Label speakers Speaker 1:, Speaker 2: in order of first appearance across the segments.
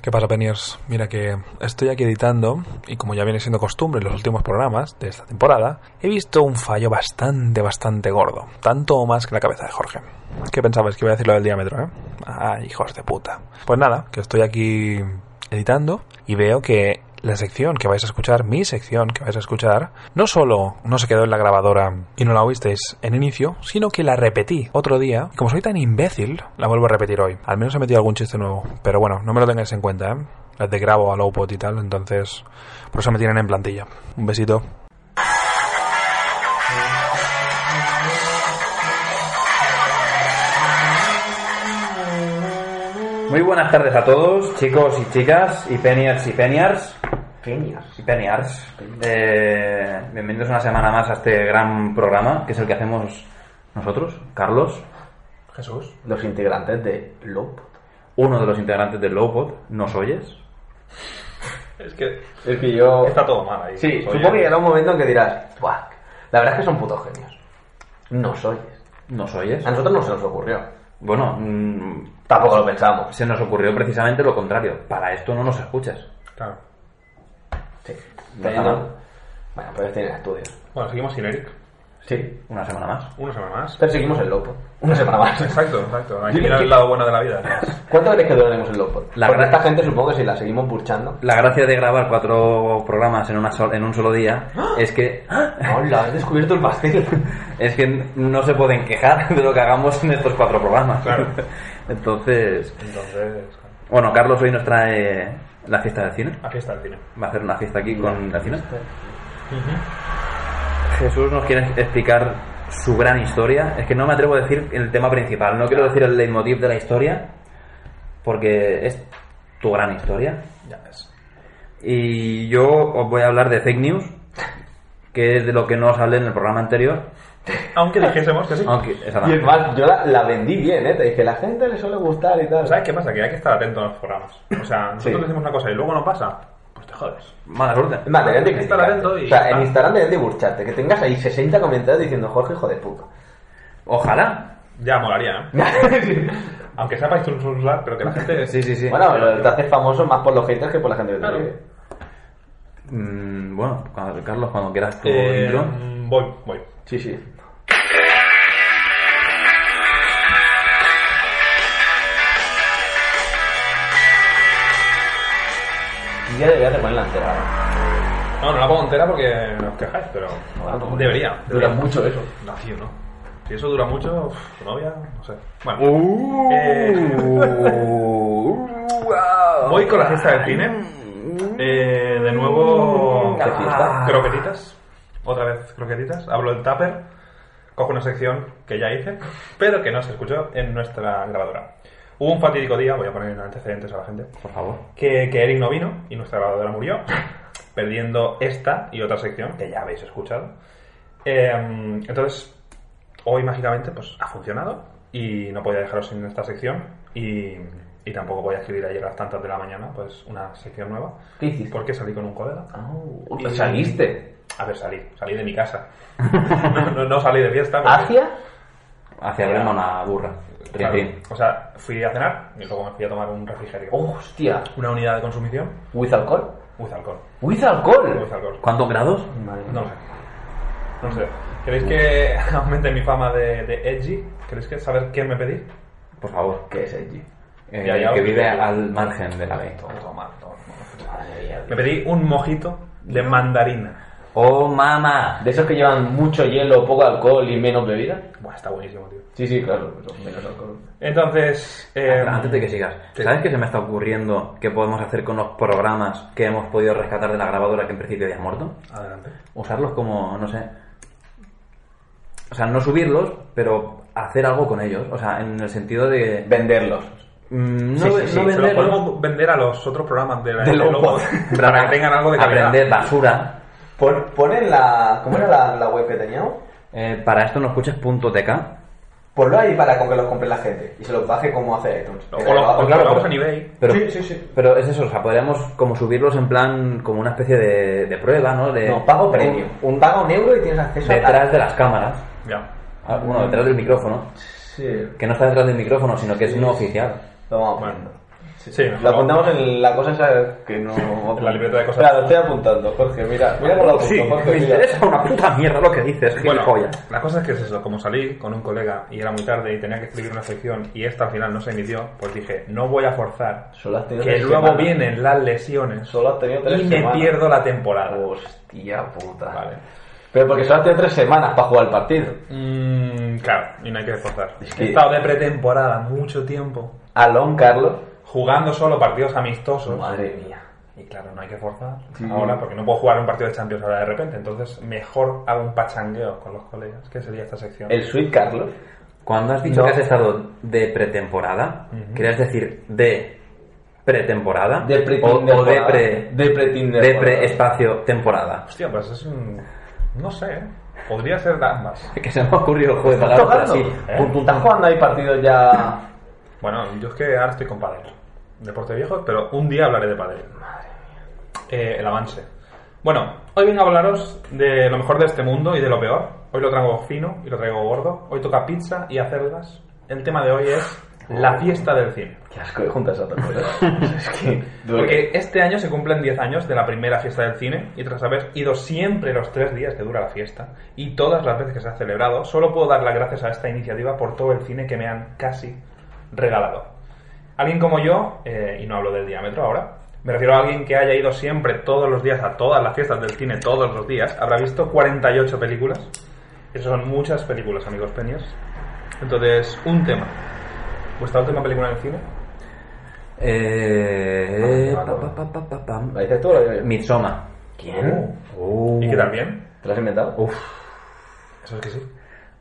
Speaker 1: ¿Qué pasa, Peniers? Mira que estoy aquí editando y como ya viene siendo costumbre en los últimos programas de esta temporada, he visto un fallo bastante, bastante gordo. Tanto o más que la cabeza de Jorge. ¿Qué pensabais que iba a decir lo del diámetro, eh? Ah, hijos de puta. Pues nada, que estoy aquí editando y veo que la sección que vais a escuchar, mi sección que vais a escuchar, no solo no se quedó en la grabadora y no la oísteis en inicio, sino que la repetí otro día. Y como soy tan imbécil, la vuelvo a repetir hoy. Al menos he metido algún chiste nuevo. Pero bueno, no me lo tengáis en cuenta, ¿eh? Las de grabo a Lowpot y tal, entonces por eso me tienen en plantilla. Un besito.
Speaker 2: Muy buenas tardes a todos, chicos y chicas, y peniers y peniars. Peniars. Y peniars. Eh, bienvenidos una semana más a este gran programa, que es el que hacemos nosotros, Carlos,
Speaker 1: Jesús.
Speaker 3: los integrantes de LOP.
Speaker 2: uno de los integrantes del Lowpod. ¿Nos oyes?
Speaker 1: Es que
Speaker 3: Es que yo.
Speaker 1: todo mal ahí.
Speaker 3: Sí, supongo que llegará un momento en que dirás, ¡buah! La verdad es que son putos genios. Nos oyes.
Speaker 2: ¿Nos oyes?
Speaker 3: A nosotros no se nos ocurrió.
Speaker 2: Bueno, mm,
Speaker 3: Tampoco lo pensamos.
Speaker 2: se nos ocurrió precisamente lo contrario. Para esto no nos escuchas.
Speaker 1: Claro.
Speaker 3: Sí.
Speaker 2: No está
Speaker 3: Pero,
Speaker 2: mal.
Speaker 3: Bueno, pues tienen estudios.
Speaker 1: Bueno, seguimos sin Eric.
Speaker 3: Sí.
Speaker 2: Una semana más.
Speaker 1: Una semana más.
Speaker 3: Pero seguimos en LOP. Una semana más.
Speaker 1: Exacto, exacto. Hay que mirar el lado bueno de la vida.
Speaker 3: ¿Cuánto crees que duraremos en LOP?
Speaker 2: La
Speaker 3: La Porque
Speaker 2: verdad-
Speaker 3: esta gente supongo que si la seguimos burchando.
Speaker 2: La gracia de grabar cuatro programas en, una sol- en un solo día es que
Speaker 3: ¡Hola! Has descubierto el pastel.
Speaker 2: es que no se pueden quejar de lo que hagamos en estos cuatro programas.
Speaker 1: Claro.
Speaker 2: Entonces,
Speaker 1: Entonces,
Speaker 2: bueno, Carlos hoy nos trae la fiesta de cine.
Speaker 1: aquí está el cine.
Speaker 2: Va a hacer una fiesta aquí con la cine. Jesús nos quiere explicar su gran historia. Es que no me atrevo a decir el tema principal. No quiero decir el leitmotiv de la historia, porque es tu gran historia.
Speaker 1: Ya ves.
Speaker 2: Y yo os voy a hablar de fake news, que es de lo que no os hablé en el programa anterior.
Speaker 1: Aunque dijésemos que sí.
Speaker 2: Aunque, esa-
Speaker 3: Y es más, yo la, la vendí bien, ¿eh? Te dije, la gente le suele gustar y tal.
Speaker 4: ¿Sabes qué pasa? Que hay que estar atento a los programas. O sea, nosotros
Speaker 3: Sí.
Speaker 4: decimos una cosa y luego no pasa, pues te jodes.
Speaker 2: mala
Speaker 3: Es
Speaker 2: suerte.
Speaker 3: más, deberían de
Speaker 4: Estar
Speaker 3: criticarte.
Speaker 4: atento y-
Speaker 3: O sea, en Instagram deberían de burcharte. Que tengas ahí 60 comentarios diciendo, Jorge, hijo de puta.
Speaker 2: Ojalá.
Speaker 4: Ya molaría, ¿eh? Aunque sea para insultar, pero que la gente...
Speaker 2: Sí, sí, sí.
Speaker 3: Bueno, pero te haces famoso más por los haters que por la gente que te
Speaker 4: Claro.
Speaker 3: sigue.
Speaker 2: Mm, bueno, cuando- Carlos, cuando quieras tu
Speaker 4: Eh,
Speaker 2: intro.
Speaker 4: voy, voy.
Speaker 3: Sí, sí. Y Ya deberías de ponerla entera. ¿eh?
Speaker 4: No, no la pongo entera porque os quejáis, pero
Speaker 3: Bueno,
Speaker 4: debería.
Speaker 3: dura
Speaker 4: debería.
Speaker 3: mucho eso.
Speaker 4: No, tío, no. Si eso dura mucho, uf, tu novia, no sé. Bueno,
Speaker 2: Uh,
Speaker 4: Eh.
Speaker 2: wow.
Speaker 4: voy con la fiesta del cine.
Speaker 2: uh,
Speaker 4: Eh, de nuevo...
Speaker 3: Mm,
Speaker 4: Ah.
Speaker 3: ¿Qué fiesta?
Speaker 4: Croquetitas. Otra vez croquetitas. Hablo del tupper. Cojo una sección que ya hice, pero que no se escuchó en nuestra grabadora. Hubo un fatídico día, voy a poner en antecedentes a la gente.
Speaker 2: Por favor.
Speaker 4: que, que Eric no vino y nuestra grabadora murió, perdiendo esta y otra sección que ya habéis escuchado. Eh, entonces, hoy mágicamente pues, ha funcionado y no podía dejaros sin esta sección y, y tampoco podía escribir ayer a las tantas de la mañana pues una sección nueva
Speaker 3: ¿Qué hiciste?
Speaker 4: porque salí con un colega. Oh,
Speaker 3: Uy, ¿Saliste?
Speaker 4: A ver, salí, salí de mi casa. no, no- no salí de fiesta. porque-
Speaker 3: ¿Hacia?
Speaker 2: Hacia Brema una burra. Rin,
Speaker 4: Claro,
Speaker 2: rin.
Speaker 4: o sea, fui a cenar y luego me fui a tomar un refrigerio.
Speaker 3: ¡Hostia!
Speaker 4: Una unidad de consumición,
Speaker 3: ¿With alcohol?
Speaker 4: with alcohol.
Speaker 3: ¿With alcohol?
Speaker 4: With alcohol.
Speaker 2: ¿Cuántos grados?
Speaker 3: Madre mía.
Speaker 4: No lo sé. No lo sé. ¿Queréis que aumente mi fama de, de edgy? ¿Queréis que saber quién me pedí?
Speaker 2: Por favor.
Speaker 3: ¿Qué es allí?
Speaker 2: Eh,
Speaker 4: Ya, ya,
Speaker 2: que
Speaker 4: ok.
Speaker 2: vive al margen de la ley.
Speaker 4: Todo, todo mal, todo mal.
Speaker 3: Madre mía.
Speaker 4: Me pedí un mojito de mandarina.
Speaker 2: ¡Oh, mamá!
Speaker 3: ¿De esos que llevan mucho hielo, poco alcohol y menos bebida?
Speaker 4: Buah, está buenísimo, tío.
Speaker 3: Sí, sí, claro, pero menos alcohol.
Speaker 4: Entonces, eh,
Speaker 2: Antes de que sigas,
Speaker 4: sí.
Speaker 2: ¿sabes qué se me está ocurriendo que podemos hacer con los programas que hemos podido rescatar de la grabadora que en principio habías muerto?
Speaker 4: adelante.
Speaker 2: Usarlos como, no sé... O sea, no subirlos, pero hacer algo con ellos. O sea, en el sentido de...
Speaker 3: Venderlos.
Speaker 2: mm,
Speaker 3: Sí,
Speaker 2: No, ve-
Speaker 3: sí, sí,
Speaker 2: no
Speaker 3: pero
Speaker 4: Se los
Speaker 2: venderlos,
Speaker 4: podemos vender a los otros programas de la
Speaker 3: De
Speaker 4: de
Speaker 3: Lobo.
Speaker 4: Lobo, para que tengan algo de calidad.
Speaker 2: Aprender basura.
Speaker 3: Pon, pon en la. ¿Cómo era la, la web que teníamos?
Speaker 2: Eh, para esto no escuches punto .tk.
Speaker 3: Ponlo ahí para con que los compre la gente y se los baje como hace iTunes.
Speaker 4: O
Speaker 3: Que
Speaker 4: lo-
Speaker 3: lo bajo,
Speaker 4: o lo
Speaker 3: claro,
Speaker 4: colgamos en
Speaker 3: pero-
Speaker 4: eBay.
Speaker 2: Pero,
Speaker 3: Sí, sí, sí.
Speaker 2: pero es eso, o sea, podríamos como subirlos en plan, como una especie de, de prueba, ¿no? De,
Speaker 3: No, pago
Speaker 2: un-
Speaker 3: premium.
Speaker 2: un-
Speaker 3: paga eh, un euro y tienes acceso a.
Speaker 2: detrás de las cámaras,
Speaker 4: Ya.
Speaker 2: Ah, bueno, detrás del micrófono,
Speaker 3: Sí,
Speaker 2: que no está detrás del micrófono, sino que es no oficial.
Speaker 3: lo vamos
Speaker 4: Bueno.
Speaker 3: poniendo.
Speaker 4: Sí,
Speaker 3: Lo apuntamos en la cosa esa que no.
Speaker 4: En la libreta de cosas.
Speaker 3: Claro, estoy apuntando, Jorge, mira. Mira por la apunto,
Speaker 2: Sí,
Speaker 3: Jorge,
Speaker 2: me
Speaker 3: mira.
Speaker 2: interesa una puta mierda lo que dices, gil
Speaker 4: Bueno,
Speaker 2: joya.
Speaker 4: la cosa es que es eso, como salí con un colega y era muy tarde y tenía que escribir una sección y esta al final no se emitió, pues dije, no voy a forzar
Speaker 3: Solo has tenido
Speaker 4: que
Speaker 3: tres
Speaker 4: luego
Speaker 3: semanas.
Speaker 4: vienen las lesiones
Speaker 3: Solo has tenido tres
Speaker 4: y me
Speaker 3: semanas.
Speaker 4: pierdo la temporada.
Speaker 3: Hostia puta.
Speaker 4: Vale.
Speaker 3: Pero porque solo has tenido tres semanas para jugar el partido.
Speaker 4: Mm, claro, y no hay que forzar.
Speaker 3: Es que-
Speaker 4: He estado de pretemporada mucho tiempo
Speaker 3: Alon Carlos.
Speaker 4: jugando solo partidos amistosos.
Speaker 3: Madre mía.
Speaker 4: Y claro, no hay que forzar
Speaker 3: Sí.
Speaker 4: ahora porque no puedo jugar un partido de Champions ahora de repente. Entonces, mejor hago un pachangueo con los colegas, que sería esta sección.
Speaker 3: El Sweet Carlos.
Speaker 2: Cuando has dicho
Speaker 4: No.
Speaker 2: que has estado de pretemporada, ¿querías decir de pretemporada?
Speaker 3: De pre
Speaker 2: o, o de pre,
Speaker 3: De pre-Tinder.
Speaker 2: de pre espacio temporada.
Speaker 4: Hostia, pues es un... No sé, ¿eh? podría ser de ambas.
Speaker 2: Que se me ha ocurrido el juego de
Speaker 3: ¿Estás
Speaker 2: palabras
Speaker 3: tocando?
Speaker 2: así.
Speaker 4: ¿eh?
Speaker 3: Pum, pum, ¿Estás jugando ahí partidos ya...?
Speaker 4: Bueno, yo es que ahora estoy con pádel. Deporte viejo, pero un día hablaré de pádel. Madre mía. Eh, el avance. Bueno, hoy vengo a hablaros de lo mejor de este mundo y de lo peor. Hoy lo traigo fino y lo traigo gordo. Hoy toca pizza y acelgas. El tema de hoy es la fiesta del cine.
Speaker 3: Qué asco de juntas a
Speaker 2: ¿eh?
Speaker 3: Es que...
Speaker 4: Porque este año se cumplen 10 años de la primera fiesta del cine y tras haber ido siempre los tres días que dura la fiesta y todas las veces que se ha celebrado, solo puedo dar las gracias a esta iniciativa por todo el cine que me han casi regalado. Alguien como yo, eh, y no hablo del diámetro ahora, me refiero a alguien que haya ido siempre todos los días a todas las fiestas del cine todos los días, habrá visto 48 películas. Esas son muchas películas, amigos peñas. Entonces, un tema. ¿Vuestra última película en el cine?
Speaker 2: Eh,
Speaker 4: Ah,
Speaker 2: pa, pa, pa, pa, pa, pam.
Speaker 3: ¿La dices tú o la digo yo?
Speaker 2: Midsommar.
Speaker 3: ¿Quién?
Speaker 4: Uh. ¿Y qué tal bien?
Speaker 3: ¿Te lo has inventado?
Speaker 2: Uf.
Speaker 4: Eso es que sí.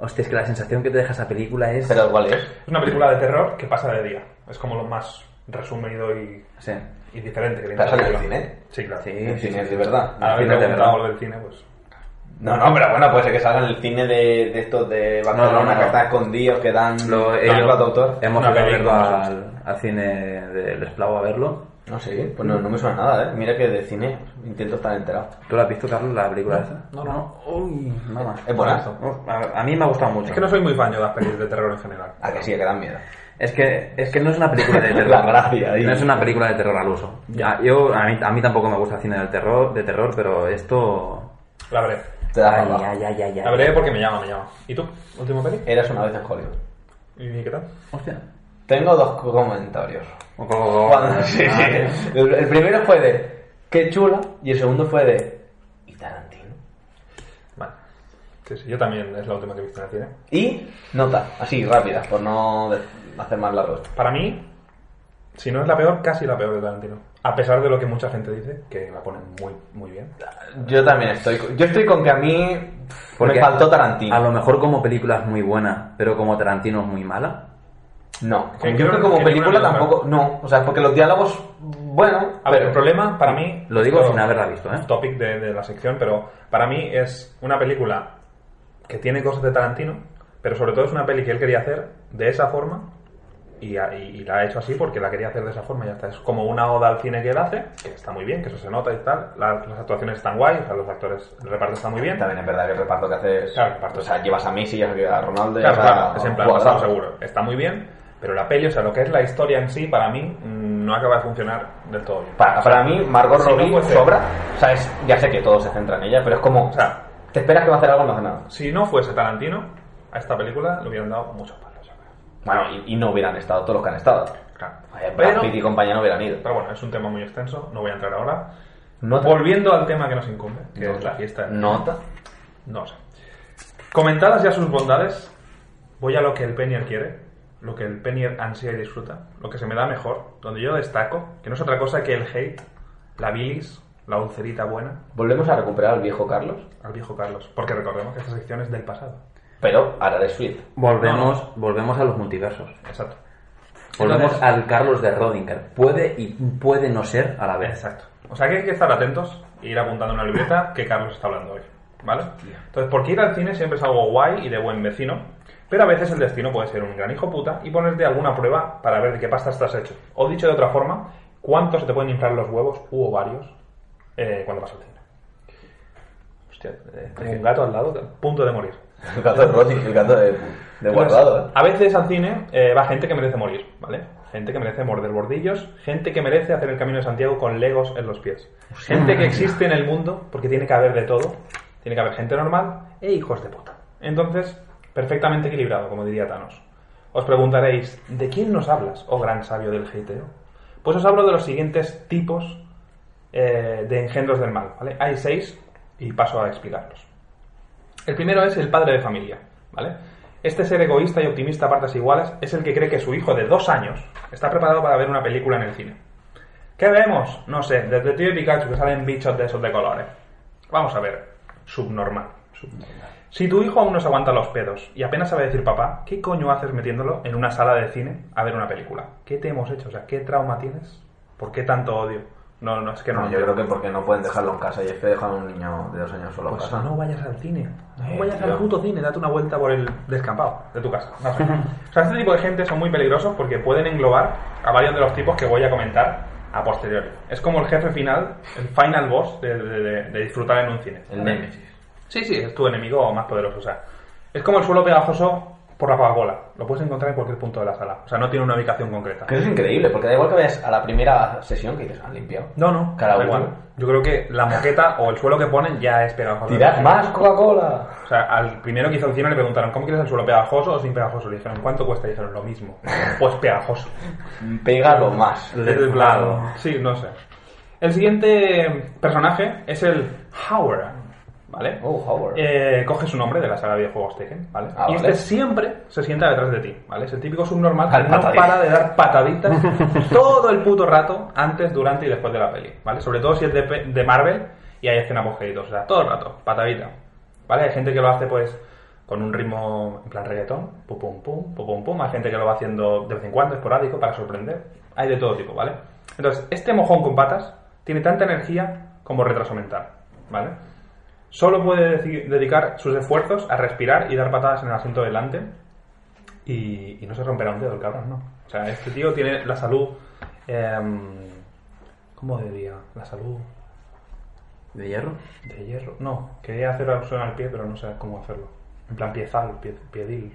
Speaker 2: Hostia, es que la sensación que te deja esa película es...
Speaker 3: Pero ¿cuál es?
Speaker 4: Es una película de terror que pasa de día. Es como lo más resumido y,
Speaker 2: Sí.
Speaker 4: y diferente. que tiene
Speaker 3: ¿Pasa
Speaker 4: la
Speaker 3: en el
Speaker 4: película.
Speaker 3: cine?
Speaker 4: Sí, claro.
Speaker 2: Sí.
Speaker 3: En cine, de verdad.
Speaker 4: Ahora me
Speaker 2: Cine de
Speaker 4: preguntado
Speaker 2: verdad.
Speaker 4: lo del cine, pues...
Speaker 3: No, no, pero bueno, puede ser que salgan el cine de, de estos de Barcelona
Speaker 2: No, no, no.
Speaker 3: que están escondidos, que dan
Speaker 2: Lo,
Speaker 3: los
Speaker 2: eh,
Speaker 3: de autor.
Speaker 2: Hemos
Speaker 4: Una
Speaker 2: ido a verlo
Speaker 4: película.
Speaker 2: al, al cine del esclavo a verlo.
Speaker 3: No sé, pues no, no me suena nada, ¿eh? Mira que de cine intento estar enterado.
Speaker 2: ¿Tú la has visto, Carlos, la película esa?
Speaker 4: No, no.
Speaker 2: Uy, no más.
Speaker 3: Es buenazo.
Speaker 2: A, a mí me ha gustado mucho.
Speaker 4: Es que no soy muy fan yo de las pelis de terror en general.
Speaker 3: Ah, que sí, que dan miedo.
Speaker 2: Es que, es que no es una película de terror.
Speaker 3: La gracia ahí.
Speaker 2: No es una película de terror al uso.
Speaker 4: Ya.
Speaker 2: Ah, Yo, a, mí, a mí tampoco me gusta el cine del terror, de terror, pero esto...
Speaker 4: La veré.
Speaker 3: Te das
Speaker 2: Ay,
Speaker 3: cuenta.
Speaker 2: ay, ay, ay, ay.
Speaker 4: La veré porque me llama, me llama. ¿Y tú? ¿Última peli?
Speaker 3: Eras una vez en Hollywood.
Speaker 4: ¿Y qué tal?
Speaker 2: Hostia.
Speaker 3: Tengo dos comentarios.
Speaker 2: Oh, oh, oh.
Speaker 3: Cuando- sí, sí. El, el primero fue de qué chula y el segundo fue de y Tarantino.
Speaker 4: Vale. Sí, sí, yo también es la última que he visto en el cine.
Speaker 3: Y nota, así rápida, por no de- hacer más largos.
Speaker 4: Para mí, si no es la peor, casi la peor de Tarantino. A pesar de lo que mucha gente dice, que la ponen muy, muy bien.
Speaker 3: Yo también estoy, yo estoy con que a mí pff,
Speaker 2: Porque
Speaker 3: me faltó
Speaker 2: A
Speaker 3: Tarantino.
Speaker 2: lo mejor como película es muy buena, pero como Tarantino es muy mala.
Speaker 3: No,
Speaker 4: Que
Speaker 3: yo
Speaker 4: creo
Speaker 3: creo que como
Speaker 4: que
Speaker 3: película
Speaker 4: ninguna de las
Speaker 3: tampoco, no, o sea, porque los diálogos, bueno,
Speaker 4: A ver, el problema para mí.
Speaker 2: Lo digo
Speaker 4: esto-
Speaker 2: sin haberla visto, ¿eh?
Speaker 4: Topic de, de la sección, pero para mí es una película que tiene cosas de Tarantino, pero sobre todo es una peli que él quería hacer de esa forma y, a- y- y la ha hecho así porque la quería hacer de esa forma y ya está. Es como una oda al cine que él hace, que está muy bien, que eso se nota y tal. Las, las actuaciones están guay, o sea, los actores, el reparto está muy bien.
Speaker 3: También es verdad que el reparto que haces.
Speaker 4: Claro, el reparto.
Speaker 3: O sea, llevas a Messi, a Ronaldo.
Speaker 4: Claro,
Speaker 3: a-
Speaker 4: claro, es en plan,
Speaker 3: a-
Speaker 4: estamos seguro. Está muy bien, pero la peli, o sea, lo que es la historia en sí, para mí, mm, no acaba de funcionar del todo bien.
Speaker 3: Para, para mí, Margot
Speaker 4: Sí,
Speaker 3: Robbie
Speaker 4: no puede ser.
Speaker 3: sobra. O sea, es- ya sé que todo se centra en ella, pero es como.
Speaker 4: O sea,
Speaker 3: te esperas que va a hacer algo y no hace nada.
Speaker 4: si no fuese Tarantino, a esta película le hubieran dado muchos palos. yo creo.
Speaker 3: Bueno, y, y no hubieran estado todos los que han estado.
Speaker 4: Claro.
Speaker 3: Eh, Brad
Speaker 4: Pero,
Speaker 3: Pitt y compañía no hubieran ido.
Speaker 4: pero bueno, es un tema muy extenso, no voy a entrar ahora.
Speaker 3: Nota.
Speaker 4: Volviendo al tema que nos incumbe, que
Speaker 3: Nota.
Speaker 4: es la fiesta. del-
Speaker 3: Nota.
Speaker 4: No sé. Comentadas ya sus bondades, voy a lo que el Penier quiere, lo que el Penier ansía y disfruta, lo que se me da mejor, donde yo destaco, que no es otra cosa que el hate, la bilis, la ulcerita buena,
Speaker 3: Volvemos a recuperar al viejo Carlos,
Speaker 4: al viejo Carlos. Porque recordemos que esta sección es del pasado.
Speaker 3: pero ahora de Swift.
Speaker 2: Volvemos, volvemos a los multiversos.
Speaker 4: Exacto.
Speaker 2: Volvemos
Speaker 4: Entonces-
Speaker 2: al Carlos de Rodinger. Puede y puede no ser a la vez.
Speaker 4: Exacto. O sea que hay que estar atentos e ir apuntando en la libreta que Carlos está hablando hoy. ¿Vale? Entonces, porque ir al cine siempre es algo guay y de buen vecino, pero a veces el destino puede ser un gran hijo puta y ponerte alguna prueba para ver de qué pasta estás hecho. O dicho de otra forma, cuánto se te pueden inflar los huevos u ovarios eh, cuando vas al cine. Hostia, eh, tengo un gato al lado, a punto de morir.
Speaker 3: El gato de Roddy, el gato de, de
Speaker 4: Entonces,
Speaker 3: guardado. ¿eh?
Speaker 4: A veces al cine eh, va gente que merece morir, ¿vale? Gente que merece morder bordillos, gente que merece hacer el camino de Santiago con legos en los pies. Gente que existe en el mundo, porque tiene que haber de todo. Tiene que haber gente normal e hijos de puta. Entonces, perfectamente equilibrado, como diría Thanos. Os preguntaréis, ¿de quién nos hablas, oh gran sabio del hateo? Pues os hablo de los siguientes tipos eh, de engendros del mal, ¿vale? Hay seis y paso a explicarlos. El primero es el padre de familia, ¿vale? Este ser egoísta y optimista a partes iguales es el que cree que su hijo de dos años está preparado para ver una película en el cine. ¿Qué vemos? No sé, desde Tío y Pikachu que salen bichos de esos de colores. Vamos a ver, subnormal. Si tu hijo aún no se aguanta los pedos y apenas sabe decir papá, ¿qué coño haces metiéndolo en una sala de cine a ver una película? ¿Qué te hemos hecho? O sea, ¿qué trauma tienes? ¿Por qué tanto odio? No, no, es que no.
Speaker 3: No, yo creo que porque no pueden dejarlo en casa y es que dejan a un niño de dos años solo en
Speaker 4: Pues
Speaker 3: casa.
Speaker 4: no vayas al cine. No
Speaker 3: Eh,
Speaker 4: vayas al
Speaker 3: tío.
Speaker 4: puto cine. Date una vuelta por el descampado de tu casa. No sé. o sea, este tipo de gente son muy peligrosos porque pueden englobar a varios de los tipos que voy a comentar a posteriori. Es como el jefe final, el final boss de, de- de- de disfrutar en un cine.
Speaker 3: El Némesis.
Speaker 4: Sí, sí, es tu enemigo más poderoso. O sea, es como el suelo pegajoso por la Coca-Cola. Lo puedes encontrar en cualquier punto de la sala. O sea, no tiene una ubicación concreta.
Speaker 3: Que eso es increíble, porque da igual que vayas a la primera sesión que dices, han limpiado.
Speaker 4: No, no.
Speaker 3: Cada
Speaker 4: da
Speaker 3: igual.
Speaker 4: igual. Yo creo que la moqueta o el suelo que ponen ya es pegajoso.
Speaker 3: Tirad más Coca-Cola.
Speaker 4: O sea, al primero que hizo el cine le preguntaron, ¿cómo quieres el suelo pegajoso o sin pegajoso? Le dijeron, ¿cuánto cuesta? Le dijeron, lo mismo. Pues pegajoso.
Speaker 3: Mm. Pégalo más.
Speaker 4: Desblado. Sí, no sé. El siguiente personaje es el Howard, ¿vale?
Speaker 3: Oh, Howard.
Speaker 4: Eh, coge su nombre de la saga de videojuegos Tekken, ¿vale?
Speaker 3: Ah,
Speaker 4: y
Speaker 3: vale.
Speaker 4: este siempre se sienta detrás de ti, ¿vale? Es el típico subnormal
Speaker 3: Al
Speaker 4: que no
Speaker 3: patadín.
Speaker 4: para de dar pataditas todo el puto rato, antes, durante y después de la peli, ¿vale? Sobre todo si es de, pe- de Marvel y hay escenas post-créditos, o sea, todo el rato, patadita, ¿vale? Hay gente que lo hace, pues, con un ritmo en plan reggaetón, pum, pum, pum, pum, pum, pum. Hay gente que lo va haciendo de vez en cuando, esporádico, para sorprender. Hay de todo tipo, ¿vale? Entonces, este mojón con patas tiene tanta energía como retraso mental, ¿vale? Solo puede deci- dedicar sus esfuerzos a respirar y dar patadas en el asiento delante. Y, y no se romperá un dedo el cabrón, ¿no? O sea, este tío tiene la salud. em, ¿Cómo diría? La salud
Speaker 3: ¿De hierro?
Speaker 4: de hierro. No, quería hacer alusión al pie, pero no sé cómo hacerlo. En plan piezal, pie- piedil.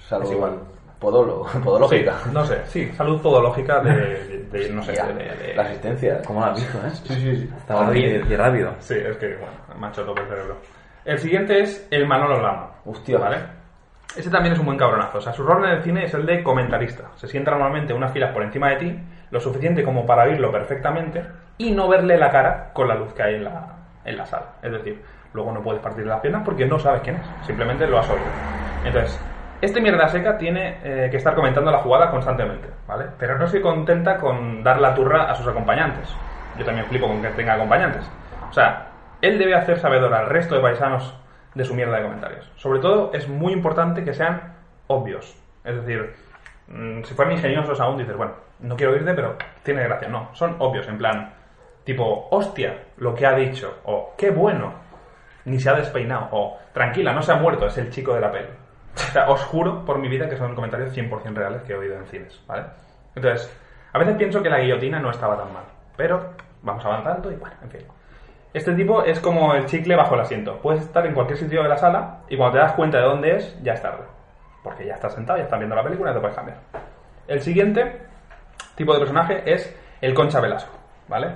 Speaker 3: Salud.
Speaker 4: Es igual.
Speaker 3: Podólogo, podológica.
Speaker 4: Sí, no sé, sí, salud podológica de. de- de- no sé,
Speaker 3: Ya,
Speaker 4: de- de-
Speaker 3: La asistencia.
Speaker 2: ¿Cómo lo has visto, eh?
Speaker 3: Sí, sí, sí.
Speaker 2: Está rápido. Y rápido.
Speaker 4: Sí, es que, bueno, macho tope el cerebro. El siguiente es el Manolo Lama.
Speaker 3: Hostia.
Speaker 4: ¿Vale? Ese también es un buen cabronazo. O sea, su rol en el cine es el de comentarista. Se sienta normalmente unas filas por encima de ti, lo suficiente como para oírlo perfectamente y no verle la cara con la luz que hay en la, en la sala. Es decir, luego no puedes partir las piernas porque no sabes quién es. Simplemente lo has oído. Entonces, este mierda seca tiene eh, que estar comentando la jugada constantemente, ¿vale? Pero no se contenta con dar la turra a sus acompañantes. Yo también flipo con que tenga acompañantes. O sea, él debe hacer sabedor al resto de paisanos de su mierda de comentarios. Sobre todo, es muy importante que sean obvios. Es decir, mm, si fueran ingeniosos aún dices, bueno, no quiero irte, pero tiene gracia. No, son obvios, en plan, tipo, hostia, lo que ha dicho, o qué bueno, ni se ha despeinado, o tranquila, no se ha muerto, es el chico de la peli. O sea, os juro por mi vida que son comentarios 100% reales que he oído en cines, ¿vale? Entonces, a veces pienso que la guillotina no estaba tan mal, pero vamos avanzando y bueno, en fin. Este tipo es como el chicle bajo el asiento. Puedes estar en cualquier sitio de la sala y cuando te das cuenta de dónde es, ya es tarde. Porque ya estás sentado, ya estás viendo la película y te puedes cambiar. El siguiente tipo de personaje es el Concha Velasco, ¿vale?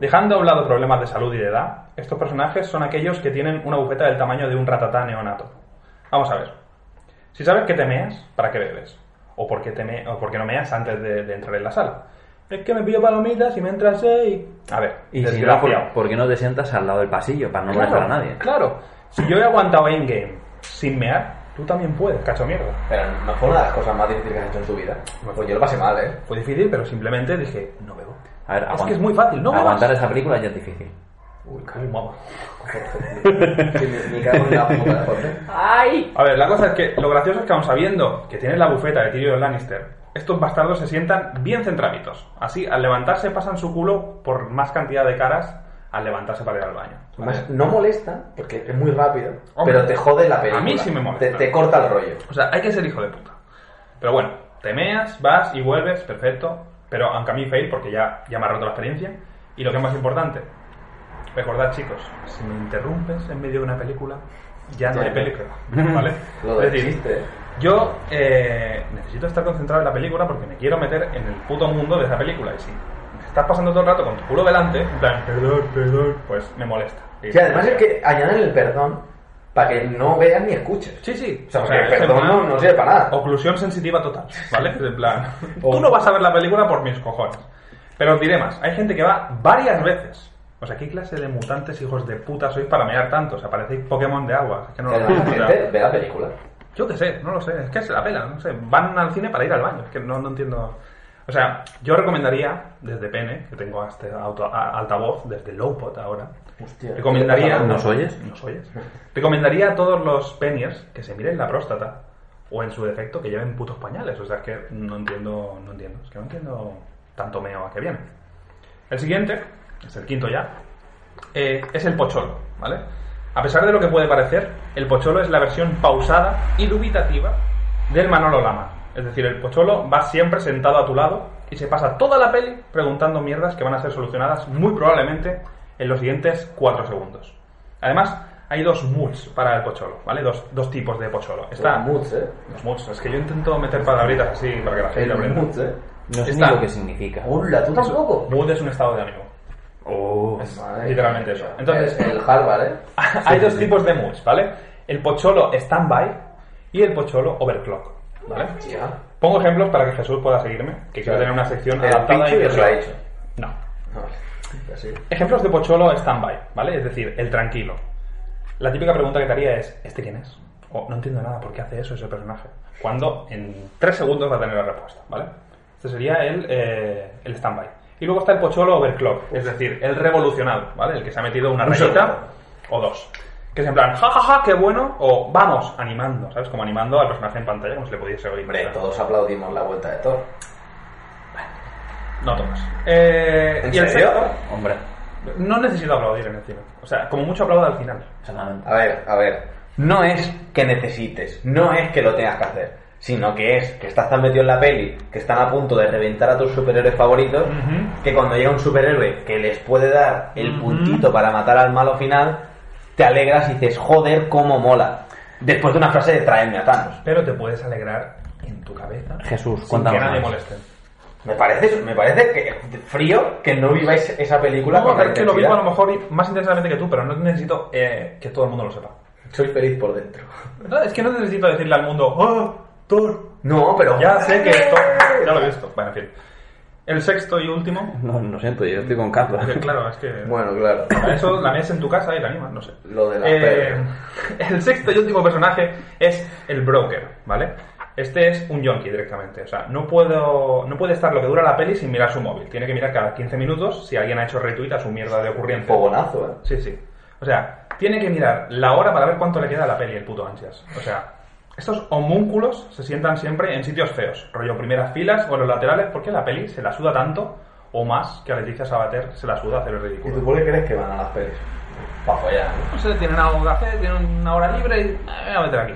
Speaker 4: Dejando a un lado problemas de salud y de edad, estos personajes son aquellos que tienen una bufeta del tamaño de un ratatá neonato. Vamos a ver. Si sabes que te meas, ¿para qué bebes? ¿O por qué, te me- o por qué no meas antes de, de entrar en la sala? Es que me pillo palomitas y me entras y... A ver,
Speaker 2: Y si no, pues,
Speaker 4: desgraciado.
Speaker 2: ¿por, por qué no te sientas al lado del pasillo para no
Speaker 4: Claro,
Speaker 2: molestar a nadie?
Speaker 4: Claro. Si yo he aguantado Endgame sin mear, tú también puedes, cacho mierda.
Speaker 3: Pero no fue una de las cosas más difíciles que has hecho en tu vida. Pues yo lo pasé mal, ¿eh?
Speaker 4: Fue difícil, pero simplemente dije, no bebo.
Speaker 2: A ver,
Speaker 4: es
Speaker 2: aguanta-
Speaker 4: que es muy fácil, no bebas.
Speaker 2: Aguantar esa película ya es difícil.
Speaker 4: Uy, cago en mamá.
Speaker 3: Sí, me, me cago en la puta, Jorge.
Speaker 4: A ver, la cosa es que lo gracioso es que aun sabiendo que tienen la bufeta de Tyrion Lannister, estos bastardos se sientan bien centraditos. Así, al levantarse pasan su culo por más cantidad de caras al levantarse para ir al baño.
Speaker 3: Además, no molesta, porque es muy rápido,
Speaker 4: Hombre,
Speaker 3: pero te jode la película.
Speaker 4: a mí sí me molesta.
Speaker 3: Te, te corta el rollo.
Speaker 4: O sea, hay que ser hijo de puta. Pero bueno, te meas, vas y vuelves, perfecto. Pero aunque a mí fail, porque ya, ya me ha roto la experiencia. Y lo que es más importante, recordad chicos, si me interrumpes en medio de una película, ya no
Speaker 3: Ya
Speaker 4: hay
Speaker 3: no.
Speaker 4: película. ¿Vale?
Speaker 3: Lo del
Speaker 4: es decir,
Speaker 3: chiste.
Speaker 4: Yo eh, necesito estar concentrado en la película porque me quiero meter en el puto mundo de esa película. Y si me estás pasando todo el rato con tu culo delante, en plan, perdón, perdón, pues me molesta.
Speaker 3: O sea, además es que añaden el perdón para que no veas ni escuches.
Speaker 4: Sí, sí.
Speaker 3: O sea, porque el perdón no, no sirve para nada.
Speaker 4: Oclusión sensitiva total, ¿vale? En plan, tú no vas a ver la película por mis cojones. Pero os diré más, hay gente que va varias veces. O sea, ¿qué clase de mutantes hijos de puta sois para mear tanto? O sea, parecéis Pokémon de agua. Es que no lo
Speaker 3: Pero
Speaker 4: sé,
Speaker 3: la
Speaker 4: o sea,
Speaker 3: gente ve la película.
Speaker 4: Yo qué sé, no lo sé. Es que se la pela, no sé. Van al cine para ir al baño. Es que no, no entiendo... O sea, yo recomendaría, desde Pene, que tengo a este auto- a- altavoz, desde Lowpot ahora,
Speaker 3: Hostia.
Speaker 4: Recomendaría.
Speaker 2: ¿Nos oyes?
Speaker 4: ¿Nos oyes? Recomendaría a todos los peniers que se miren la próstata. O en su defecto que lleven putos pañales. O sea, es que no entiendo. No entiendo. Es que no entiendo tanto meo a qué viene. El siguiente, es el quinto ya, eh, es el pocholo, ¿vale? A pesar de lo que puede parecer, el pocholo es la versión pausada y dubitativa del Manolo Lama. Es decir, el pocholo va siempre sentado a tu lado y se pasa toda la peli preguntando mierdas que van a ser solucionadas muy probablemente en los siguientes 4 segundos. Además, hay dos moods para el pocholo, ¿vale? Dos, dos tipos de pocholo. Está...
Speaker 3: Está moods, eh.
Speaker 4: Los moods. Es que yo intento meter palabritas así para que la gente
Speaker 3: El
Speaker 4: aprenda.
Speaker 3: moods, eh.
Speaker 2: No sé
Speaker 4: Está. Oh.
Speaker 2: ni lo que significa.
Speaker 3: Hola, tú tampoco.
Speaker 4: Mood es un estado de ánimo.
Speaker 2: Oh,
Speaker 4: Es
Speaker 3: Madre
Speaker 4: literalmente
Speaker 3: mía.
Speaker 4: eso. Entonces, Ah,
Speaker 3: el, el Harvard, eh.
Speaker 4: hay dos tipos de moods, ¿vale? El pocholo standby y el pocholo overclock, ¿vale?
Speaker 3: Hostia.
Speaker 4: Pongo ejemplos para que Jesús pueda seguirme, que quiero tener una sección
Speaker 3: El
Speaker 4: adaptada
Speaker 3: pincho y el
Speaker 4: que sea-
Speaker 3: raíz.
Speaker 4: No. Pues
Speaker 3: Así.
Speaker 4: Ejemplos de pocholo standby, ¿vale? Es decir, el tranquilo. La típica pregunta que te haría es, ¿este quién es? O no entiendo nada, ¿por qué hace eso ese personaje? Cuando en tres segundos va a tener la respuesta, ¿vale? Este sería el, eh, el standby. Y luego está el pocholo overclock, es decir, el revolucionado, ¿vale? El que se ha metido una
Speaker 3: Un
Speaker 4: rayita
Speaker 3: segundo.
Speaker 4: o dos. Que es en plan, jajaja, ja, ja, qué bueno, o vamos, animando, ¿sabes? Como animando al personaje en pantalla, como si le pudiese oír.
Speaker 3: Hombre, todos aplaudimos la vuelta de Thor.
Speaker 4: No tomas. Eh,
Speaker 3: ¿En
Speaker 4: y el
Speaker 3: serio?
Speaker 4: sexto,
Speaker 2: hombre.
Speaker 4: no necesito aplaudir en el cine. O sea, como mucho aplaudo al final.
Speaker 2: Exactamente.
Speaker 3: A ver, a ver. No es que necesites, no es que lo tengas que hacer, sino que es que estás tan metido en la peli, que están a punto de reventar a tus superhéroes favoritos,
Speaker 4: Ujú.
Speaker 3: que cuando llega un superhéroe que les puede dar el
Speaker 4: Ujú.
Speaker 3: puntito para matar al malo final, te alegras y dices, joder, cómo mola. Después de una frase de traerme a Thanos.
Speaker 4: Pero te puedes alegrar en tu cabeza.
Speaker 2: Jesús,
Speaker 4: sin
Speaker 2: cuéntanos
Speaker 4: que nadie
Speaker 2: más.
Speaker 4: moleste.
Speaker 3: Me parece, me parece que frío que no viváis esa película
Speaker 4: No,
Speaker 3: con la
Speaker 4: es que lo vivo a lo
Speaker 3: intensidad.
Speaker 4: mejor y- más intensamente que tú, pero no necesito eh, que todo el mundo lo sepa.
Speaker 3: Soy feliz por dentro.
Speaker 4: No, es que no necesito decirle al mundo, ¡Oh, Thor!
Speaker 3: No, pero
Speaker 4: Ya sé que esto. Ya lo he visto. Bueno, en fin. El sexto y último.
Speaker 2: No, lo siento, yo estoy con Carlos.
Speaker 4: porque, claro, es que.
Speaker 3: Bueno, claro.
Speaker 4: Para eso la ves en tu casa y la animas, no sé. Eh,
Speaker 3: Lo de las
Speaker 4: El sexto y último personaje es el broker, ¿vale? Este es un yonki directamente. O sea, no, puedo, no puede estar lo que dura la peli sin mirar su móvil. Tiene que mirar cada 15 minutos si alguien ha hecho retweet a su mierda de ocurrencia.
Speaker 3: Fogonazo, eh.
Speaker 4: Sí, sí. O sea, tiene que mirar la hora para ver cuánto le queda a la peli, el puto ansias. O sea, estos homúnculos se sientan siempre en sitios feos, rollo primeras filas o en los laterales, porque la peli se la suda tanto o más que a Leticia Sabater se la suda hacer el
Speaker 3: ¿Y
Speaker 4: ridículo.
Speaker 3: tú por qué crees que van a las pelis? Para follar, ¿no?
Speaker 4: no sé, pues tienen algo de café, tienen una hora libre y eh, me voy a meter aquí.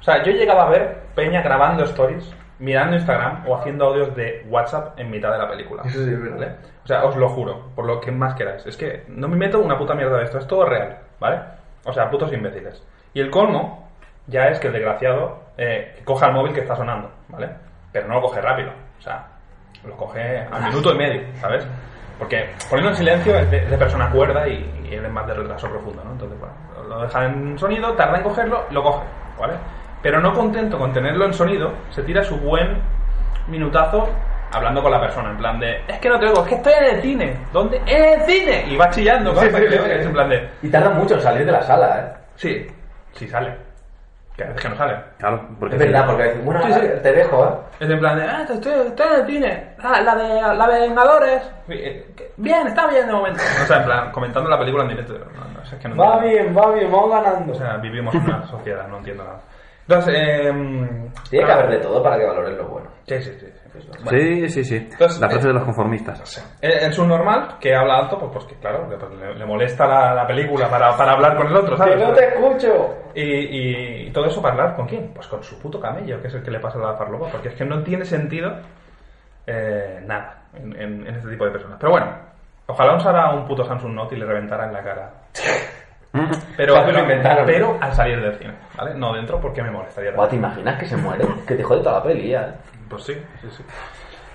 Speaker 4: O sea, yo llegaba a ver Peña grabando stories, mirando Instagram o haciendo audios de WhatsApp en mitad de la película.
Speaker 3: Eso sí es verdad.
Speaker 4: ¿Vale? O sea, os lo juro, por lo que más queráis. Es que no me meto una puta mierda de esto, es todo real, ¿vale? O sea, putos imbéciles. Y el colmo ya es que el desgraciado eh, coja el móvil que está sonando, ¿vale? Pero no lo coge rápido, o sea, lo coge al minuto y medio, ¿sabes? Porque poniendo en silencio es de, es de persona cuerda y, y él es más de retraso profundo, ¿no? Entonces, bueno, lo- lo deja en sonido, tarda en cogerlo, lo coge, ¿vale? Pero no contento con tenerlo en sonido, se tira su buen minutazo hablando con la persona, en plan de, es que no te oigo, es que estoy en el cine, ¿dónde? ¡En el cine! Y va chillando, ¿vale? Para que le oigas, en plan de,
Speaker 3: Y tarda mucho en salir de la sala, ¿eh?
Speaker 4: sí, sí sale, que a veces que no sale.
Speaker 2: Claro, porque
Speaker 3: Es verdad, porque dicen, bueno,
Speaker 4: Sí, sí.
Speaker 3: te dejo, ¿eh?
Speaker 4: Es en plan de, ah, estoy, estoy en el cine, ah, la de la de Vengadores, Eh, que- bien, está bien de momento. O sea, en plan, comentando la película en directo, no, no, es que no entiendo.
Speaker 3: bien, va bien, vamos ganando.
Speaker 4: O sea, vivimos en una sociedad, no entiendo nada. Entonces, eh,
Speaker 3: Tiene que haber de todo para que valoren lo bueno.
Speaker 4: Sí, sí, sí. sí.
Speaker 2: Sí, sí, sí.
Speaker 4: Entonces,
Speaker 2: la frase
Speaker 4: eh,
Speaker 2: de los conformistas.
Speaker 4: El, el subnormal, que habla alto, pues porque, claro, le, pues, le- le molesta la, la película para, para hablar con el otro, ¿sabes?
Speaker 3: escucho!
Speaker 4: Y, y- y todo eso para hablar con quién? Pues con su puto camello, que es el que le pasa la farlopa, porque es que no tiene sentido eh, nada en, en- en este tipo de personas. Pero bueno, ojalá usara un puto Samsung Note y le reventara en la cara Pero,
Speaker 2: Eso lo
Speaker 4: pero,
Speaker 2: inventaron.
Speaker 4: pero al salir del cine, ¿vale? No dentro porque me molestaría.
Speaker 3: Buah, ¿te imaginas que se muere? Que te jode toda la peli ¿eh? ya.
Speaker 4: Pues sí, sí, sí.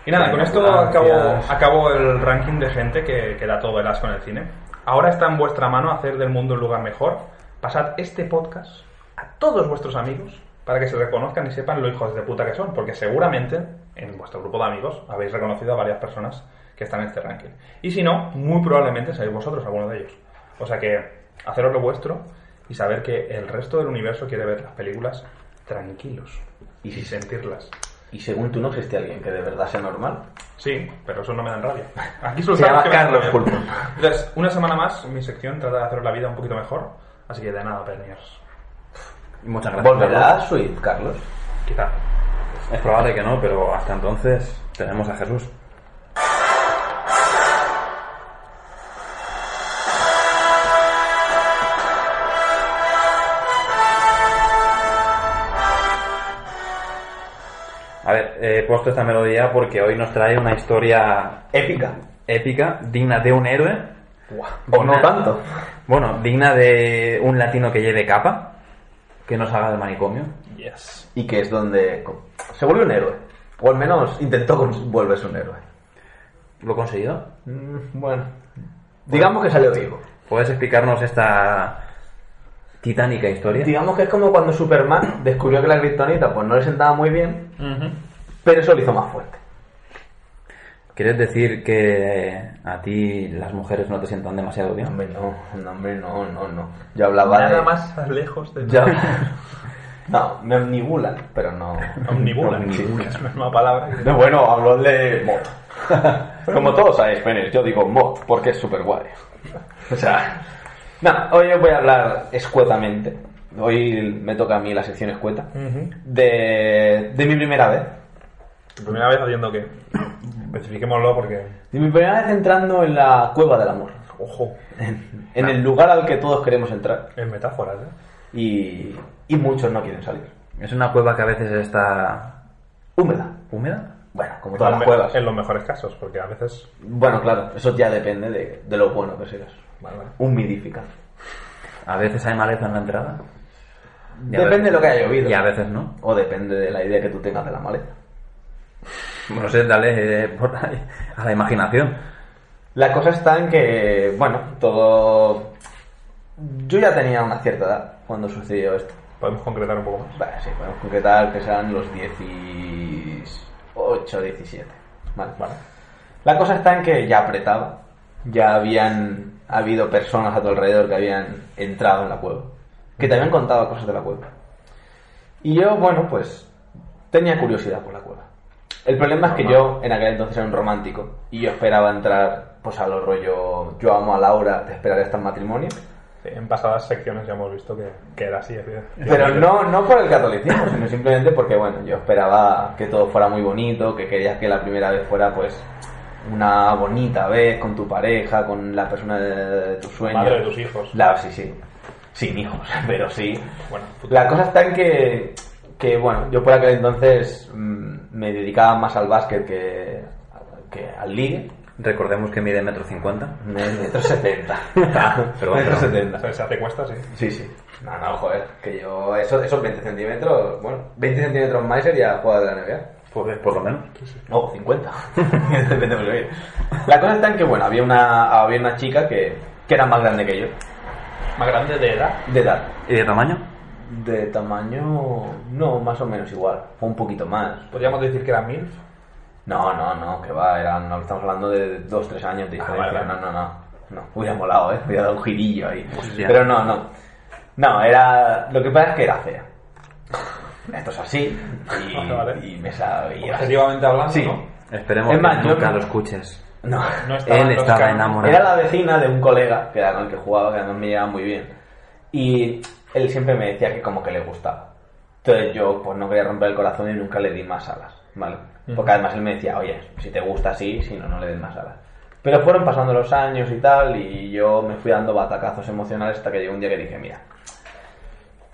Speaker 4: Y nada, con esto
Speaker 2: Gracias.
Speaker 4: acabo, acabo el ranking de gente que, que da todo el asco en el cine. Ahora está en vuestra mano hacer del mundo un lugar mejor. Pasad este podcast a todos vuestros amigos para que se reconozcan y sepan lo hijos de puta que son, porque seguramente en vuestro grupo de amigos habéis reconocido a varias personas que están en este ranking. Y si no, muy probablemente seáis vosotros alguno de ellos. O sea que haceros lo vuestro y saber que el resto del universo quiere ver las películas tranquilos y
Speaker 3: si-
Speaker 4: sentirlas.
Speaker 3: Y según tú no existe alguien que de verdad sea normal.
Speaker 4: Sí, pero eso no me dan rabia. Aquí
Speaker 3: Se llama
Speaker 4: soltamos que me dan
Speaker 3: Carlos
Speaker 4: rabia.
Speaker 3: Pulpo.
Speaker 4: Entonces, una semana más, mi sección trata de haceros la vida un poquito mejor. Así que de nada, Peniers.
Speaker 2: Muchas gracias.
Speaker 3: ¿Volverá a Swift, Carlos?
Speaker 4: Quizá.
Speaker 2: Carlos. Es probable que no, pero hasta entonces tenemos a Jesús. A ver, eh, he puesto esta melodía porque hoy nos trae una historia
Speaker 3: Épica.
Speaker 2: épica, digna de un héroe.
Speaker 3: O no
Speaker 2: Digna-
Speaker 3: tanto.
Speaker 2: Bueno, digna de un latino que lleve capa, que no salga del manicomio.
Speaker 4: Yes.
Speaker 3: Y que es donde co- se vuelve un héroe. O al menos intentó cons- volverse un héroe.
Speaker 2: ¿Lo he conseguido?
Speaker 3: Mm, bueno. Digamos que salió vivo.
Speaker 2: ¿Puedes explicarnos esta titánica historia?
Speaker 3: Digamos que es como cuando Superman descubrió que la kriptonita pues no le sentaba muy bien, pero eso lo hizo más fuerte.
Speaker 2: ¿Quieres decir que a ti las mujeres no te sientan demasiado bien?
Speaker 3: Hombre, no, no, hombre, no, no, no. Yo hablaba
Speaker 4: Nada
Speaker 3: de...
Speaker 4: más lejos de
Speaker 3: Yo- No, me omnibulan, pero no...
Speaker 4: Omnibula.
Speaker 2: Omnibula.
Speaker 4: Es la misma palabra.
Speaker 3: No, bueno, habló de moto. Como todos sabéis, Pérez, yo digo moto porque es súper guay. O sea, no, hoy os voy a hablar escuetamente. Hoy me toca a mí la sección escueta.
Speaker 4: Ujú.
Speaker 3: De, de mi primera vez.
Speaker 4: Tu primera vez haciendo que. Especifiquémoslo porque.
Speaker 3: De mi primera vez entrando en la cueva del amor.
Speaker 4: Ojo.
Speaker 3: En, en el lugar al que todos queremos entrar.
Speaker 4: Es metáforas, ¿eh?
Speaker 3: Y, y muchos no quieren salir.
Speaker 2: Es una cueva que a veces está
Speaker 3: Húmeda.
Speaker 2: húmeda.
Speaker 3: Bueno, como todas
Speaker 4: En
Speaker 3: las
Speaker 4: lo-
Speaker 3: cuevas.
Speaker 4: En los mejores casos, porque a veces.
Speaker 3: Bueno, claro, eso ya depende de, de lo bueno que seas.
Speaker 4: Vale, vale.
Speaker 3: Humidifica.
Speaker 2: A veces hay maleza en la entrada. Y a
Speaker 3: Depende de lo que haya llovido.
Speaker 2: Y a veces no.
Speaker 3: O depende de la idea que tú tengas de la maleta.
Speaker 2: No sé, dale eh, por ahí, a la imaginación.
Speaker 3: La cosa está en que, bueno, todo... Yo ya tenía una cierta edad cuando sucedió esto.
Speaker 4: Podemos concretar un poco más.
Speaker 3: Vale, sí, podemos concretar que serán los 18, 17. Vale, vale. La cosa está en que ya apretaba. Ya habían habido personas a tu alrededor que habían entrado en la cueva. Que te habían contado cosas de la cueva. Y yo, bueno, pues tenía curiosidad por la cueva. El problema es que yo en aquel entonces era un romántico y yo esperaba entrar pues a lo rollo yo amo a Laura, te esperaré hasta el matrimonio.
Speaker 4: Sí, en pasadas secciones ya hemos visto que, que era así. así.
Speaker 3: Pero no, no por el catolicismo, sino simplemente porque, bueno, yo esperaba que todo fuera muy bonito, que querías que la primera vez fuera, pues, una bonita vez con tu pareja, con la persona de, de tus sueños.
Speaker 4: Madre de tus hijos.
Speaker 3: La, sí, sí. Sin hijos, pero sí.
Speaker 4: Bueno,
Speaker 3: La cosa está en que, que bueno, yo por aquel entonces mm, me dedicaba más al básquet que, que al ligue.
Speaker 2: Recordemos que mide metro cincuenta.
Speaker 3: Metro setenta.
Speaker 2: perdón.
Speaker 3: Metro setenta.
Speaker 4: se, se hace cuesta, sí.
Speaker 3: Sí, sí. No, no, joder, que yo... Eso, esos 20 centímetros, bueno, 20 centímetros más y sería jugador de la NBA.
Speaker 2: Pues por lo menos.
Speaker 3: No, 50. Depende de lo que veas. La cosa está en que, bueno, había una, había una chica que, que era más grande que yo.
Speaker 4: Más grande de edad.
Speaker 3: De edad.
Speaker 2: ¿Y de tamaño?
Speaker 3: De tamaño... No, más o menos igual. O un poquito más.
Speaker 4: Podríamos decir que era MILF.
Speaker 3: No, no, no, que va, era, no, estamos hablando de dos, tres años de
Speaker 4: Ah,
Speaker 3: diferencia.
Speaker 4: vale, vale.
Speaker 3: No, no, no. No, hubiera molado, eh. Hubiera dado un girillo ahí.
Speaker 2: Hostia.
Speaker 3: Pero no, no. No, era. Lo que pasa es que era fea. Esto es así. Y,
Speaker 4: Vale, vale.
Speaker 3: y me sabía.
Speaker 4: Objetivamente hablando,
Speaker 3: Sí.
Speaker 4: ¿no?
Speaker 2: Esperemos
Speaker 3: Es más,
Speaker 2: que
Speaker 3: yo
Speaker 2: nunca
Speaker 3: no-
Speaker 2: lo escuches.
Speaker 3: No.
Speaker 4: No estaba
Speaker 2: Él
Speaker 4: en los
Speaker 2: estaba
Speaker 4: cambios.
Speaker 2: enamorado.
Speaker 3: Era la vecina de un colega que era con el que jugaba, que además me llevaba muy bien. Y él siempre me decía que como que le gustaba. Entonces yo pues no quería romper el corazón y nunca le di más alas, ¿vale? Porque además él me decía, oye, si te gusta sí, si no, no le des más alas. Pero fueron pasando los años y tal, y yo me fui dando batacazos emocionales hasta que llegó un día que dije, mira,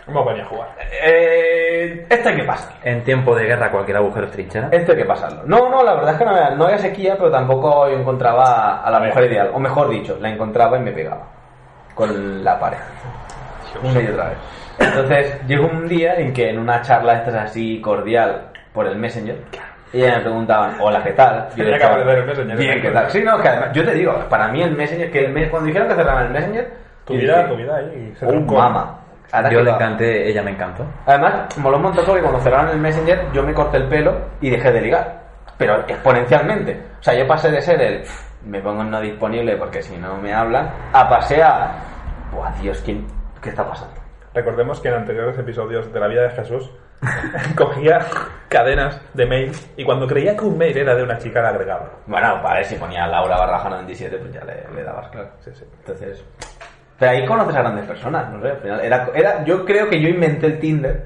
Speaker 4: Vamos a venir a jugar.
Speaker 3: eh, esto hay que pasarlo.
Speaker 2: En tiempo de guerra cualquier agujero es trinchera.
Speaker 3: Esto hay que pasarlo. No, no, la verdad es que no había, no había sequía, pero tampoco yo encontraba a la mujer ideal. O mejor dicho, la encontraba y me pegaba. con la pared. Una y otra vez. Entonces, llegó un día en que en una charla esta así cordial por el Messenger, ella me preguntaban, hola, ¿qué tal? Yo
Speaker 4: Tenía
Speaker 3: le
Speaker 4: que
Speaker 3: estaba,
Speaker 4: aprender el Messenger.
Speaker 3: Bien, ¿qué tal? Sí, no, que además, yo te digo, para mí el Messenger, que el mes, cuando dijeron que cerraban el Messenger,
Speaker 4: Tu
Speaker 3: yo
Speaker 4: vida,
Speaker 3: dije,
Speaker 4: tu vida ahí. se
Speaker 3: "Oh,
Speaker 4: truncó.
Speaker 3: mama. Ahora
Speaker 2: Yo
Speaker 3: que
Speaker 2: le
Speaker 3: va".
Speaker 2: encanté, ella me encantó.
Speaker 3: Además, moló un montón porque cuando cerraron el Messenger yo me corté el pelo y dejé de ligar. Pero exponencialmente. O sea, yo pasé de ser el "Pff, me pongo en no disponible porque si no me hablan, a pasé a Buah, Dios, ¿quién, ¿qué está pasando?
Speaker 4: Recordemos que en anteriores episodios de la vida de Jesús cogía cadenas de mails y cuando creía que un mail era de una chica la agregaba.
Speaker 3: Bueno, vale, si ponía Laura Barraja 97, pues ya le, le dabas, claro.
Speaker 4: Sí, sí.
Speaker 3: Entonces. Pero ahí conoces a grandes personas, no sé, al final. Era, era, yo creo que yo inventé el Tinder,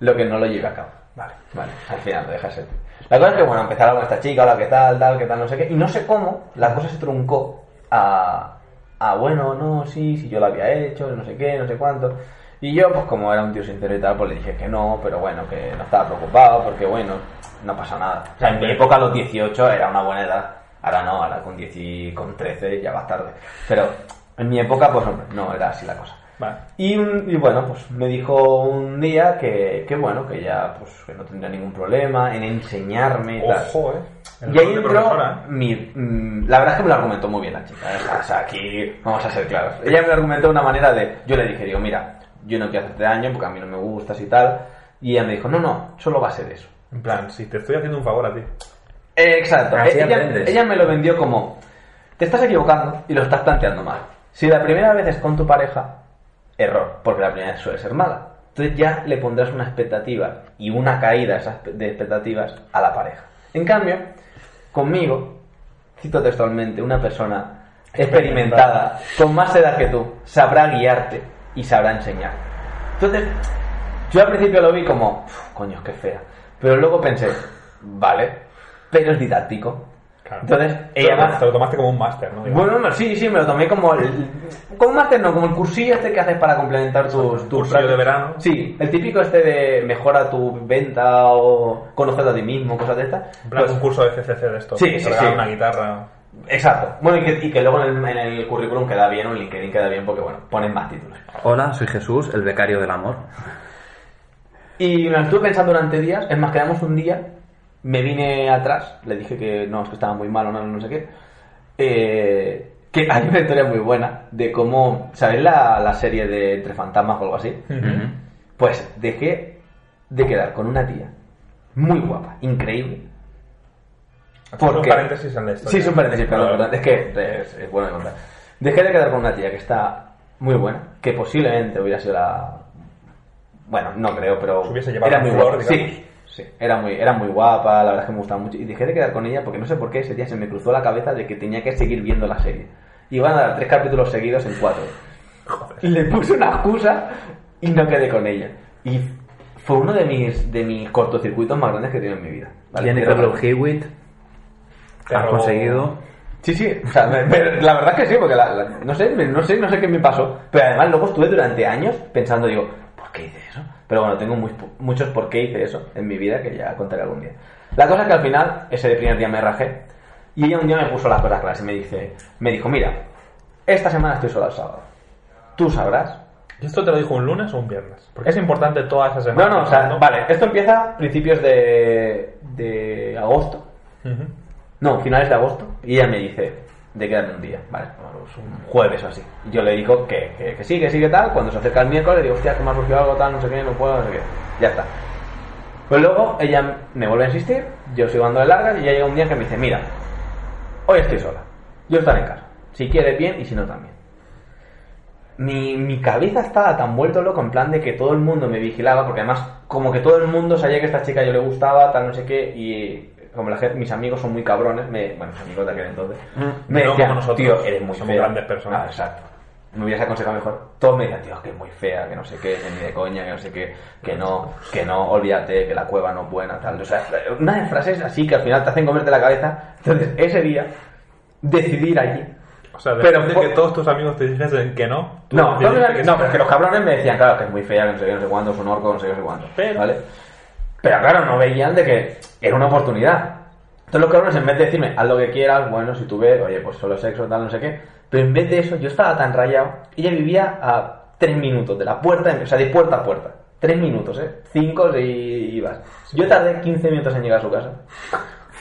Speaker 3: lo que no lo llevé a cabo.
Speaker 4: Vale.
Speaker 3: Vale, al final lo dejas en ti. La cosa es que, bueno, empezaron con esta chica, hola, qué tal, tal, qué tal, no sé qué, y no sé cómo la cosa se truncó a, a bueno, no, sí, si yo lo había hecho, no sé qué, no sé cuánto. Y yo, pues como era un tío sincero y tal, pues le dije que no, pero bueno, que no estaba preocupado, porque bueno, no pasa nada. O sea, en mi época, a los 18 era una buena edad. Ahora no, ahora con 10 y con 13 ya vas tarde. Pero en mi época, pues hombre, no era así la cosa.
Speaker 4: Vale.
Speaker 3: Y, un- y bueno, pues me dijo un día que, que bueno, que ya pues que no tendría ningún problema en enseñarme y tal.
Speaker 4: Ojo, eh. El
Speaker 3: Y ahí
Speaker 4: rol de
Speaker 3: entró
Speaker 4: profesora, ¿eh?
Speaker 3: mi... mm, La verdad es que me lo argumentó muy bien la chica. ¿eh? O sea, aquí vamos a ser claros. Ella me lo argumentó de una manera de... Yo le dije, digo, mira, yo no quiero hacerte daño porque a mí no me gustas y tal. Y ella me dijo, no, no, solo va a ser eso.
Speaker 4: En plan, si te estoy haciendo un favor a ti.
Speaker 3: Eh, Exacto.
Speaker 2: Así
Speaker 3: Eh, ella,
Speaker 2: aprendes.
Speaker 3: ella me lo vendió como, te estás equivocando y lo estás planteando mal. Si la primera vez es con tu pareja, error, porque la primera vez suele ser mala. Entonces ya le pondrás una expectativa y una caída a esas de expectativas a la pareja. En cambio, conmigo, cito textualmente, una persona experimentada, con más edad que tú, sabrá guiarte y sabrá enseñar. Entonces, yo al principio lo vi como, "Uf, coño, qué fea. Pero luego pensé, vale, pero es didáctico.
Speaker 4: Claro.
Speaker 3: Entonces,
Speaker 4: Te
Speaker 3: ella
Speaker 4: lo- te lo tomaste como un máster, ¿no?
Speaker 3: bueno, no, sí, sí, me lo tomé como el, como un máster, no, como el cursillo este que haces para complementar tus, tus
Speaker 4: cursillo
Speaker 3: prácticas.
Speaker 4: de verano.
Speaker 3: Sí, el típico este de mejora tu venta o conocer a ti mismo, cosas de estas.
Speaker 4: En plan,
Speaker 3: Pues,
Speaker 4: un curso de CCC de esto.
Speaker 3: Sí,
Speaker 4: Te
Speaker 3: sí,
Speaker 4: regalan
Speaker 3: sí.
Speaker 4: una guitarra.
Speaker 3: exacto. Bueno, y que, y que luego en el, en el currículum queda bien, o en LinkedIn queda bien, porque bueno, ponen más títulos.
Speaker 2: Hola, soy Jesús, el becario del amor.
Speaker 3: Y me lo estuve pensando durante días, es más, quedamos un día, me vine atrás, le dije que no, es que estaba muy mal o no, no sé qué. Eh, que hay una historia muy buena de cómo, ¿sabéis la, la serie de Entre Fantasmas o algo así? Pues dejé de quedar con una tía muy guapa, increíble.
Speaker 4: Hacemos
Speaker 3: Porque-
Speaker 4: un paréntesis en la historia.
Speaker 3: Sí, es un paréntesis, perdón,
Speaker 4: Vale,
Speaker 3: perdón, Es que es, es bueno de contar. Dejé de quedar con una tía que está muy buena, que posiblemente hubiera sido la. Bueno, no creo, pero.
Speaker 4: Se hubiese llevado
Speaker 3: era
Speaker 4: la
Speaker 3: muy
Speaker 4: flor,
Speaker 3: guapa.
Speaker 4: digamos.
Speaker 3: Sí, sí. Era muy, era muy guapa, la verdad es que me gustaba mucho. Y dejé de quedar con ella porque no sé por qué ese día se me cruzó la cabeza de que tenía que seguir viendo la serie. Iban a dar tres capítulos seguidos en cuatro. Le puse una excusa y no quedé con ella. Y fue uno de mis, de mis cortocircuitos más grandes que he tenido en mi vida. ¿vale? Pero-
Speaker 2: Jennifer Love Hewitt
Speaker 4: Te
Speaker 2: ha
Speaker 4: robó-
Speaker 2: conseguido.
Speaker 3: Sí, sí, o sea, me- me- la verdad es que sí, porque la- la- no sé, me- no sé, no sé qué me pasó, pero además luego estuve durante años pensando, digo, ¿por qué hice eso? Pero bueno, tengo muy- muchos por qué hice eso en mi vida que ya contaré algún día. La cosa es que al final, ese primer día me rajé y ella un día me puso las cosas claras y me dice, me dijo, mira, esta semana estoy sola el sábado, tú sabrás.
Speaker 4: ¿Y esto te lo dijo un lunes o un viernes? Porque es importante toda esa semana.
Speaker 3: No, no, o sea, vale, esto empieza a principios de, de agosto,
Speaker 4: Ujú.
Speaker 3: No, finales de agosto. Y ella me dice de quedarme un día, ¿vale? pues un jueves o así. Y yo le digo que, que, que sí, que sí, que tal. Cuando se acerca el miércoles, le digo, hostia, que me ha surgido algo, tal, no sé qué, no puedo, no sé qué. Ya está. Pues luego ella me vuelve a insistir, yo sigo dando de largas y ya llega un día que me dice, mira, hoy estoy sola, yo estaré en casa. Si quieres bien y si no también. Mi, mi cabeza estaba tan vuelto loco en plan de que todo el mundo me vigilaba, porque además como que todo el mundo sabía que a esta chica yo le gustaba, tal no sé qué, y como la gente, mis amigos son muy cabrones, me, bueno, mis amigos de aquel entonces, me
Speaker 4: Mm, No
Speaker 3: decían,
Speaker 4: como nosotros,
Speaker 3: tío, eres muy
Speaker 4: somos
Speaker 3: fea".
Speaker 4: grandes personas.
Speaker 3: Ah, exacto. Me hubieras aconsejado mejor. Todos me decían, tío, que es muy fea, que no sé qué, que ni de coña, que no sé qué, que no, que no, olvídate, que la cueva no es buena, tal. O sea, unas frases así que al final te hacen comerte la cabeza. Entonces, ese día, decidí ir allí
Speaker 4: O sea,
Speaker 3: Pero
Speaker 4: después de
Speaker 3: fue-
Speaker 4: que todos tus amigos te dijesen que no. tú
Speaker 3: no, no,
Speaker 4: decidiste
Speaker 3: no,
Speaker 4: que
Speaker 3: no,
Speaker 4: sí.
Speaker 3: pero es que los cabrones me decían, claro, que es muy fea, que no sé qué, no sé cuándo, es un orco, no sé qué, no sé cuándo.
Speaker 4: Pero-
Speaker 3: ¿Vale? Pero claro, no veían de que era una oportunidad. Entonces los cabrones, en vez de decirme, haz lo que quieras, bueno, si tú ves, oye, pues solo sexo, tal, no sé qué, Pero en vez de eso, yo estaba tan rayado. Ella vivía a tres minutos de la puerta, o sea, de puerta a puerta. Tres minutos, ¿eh? Cinco y ibas. Yo tardé 15 minutos en llegar a su casa.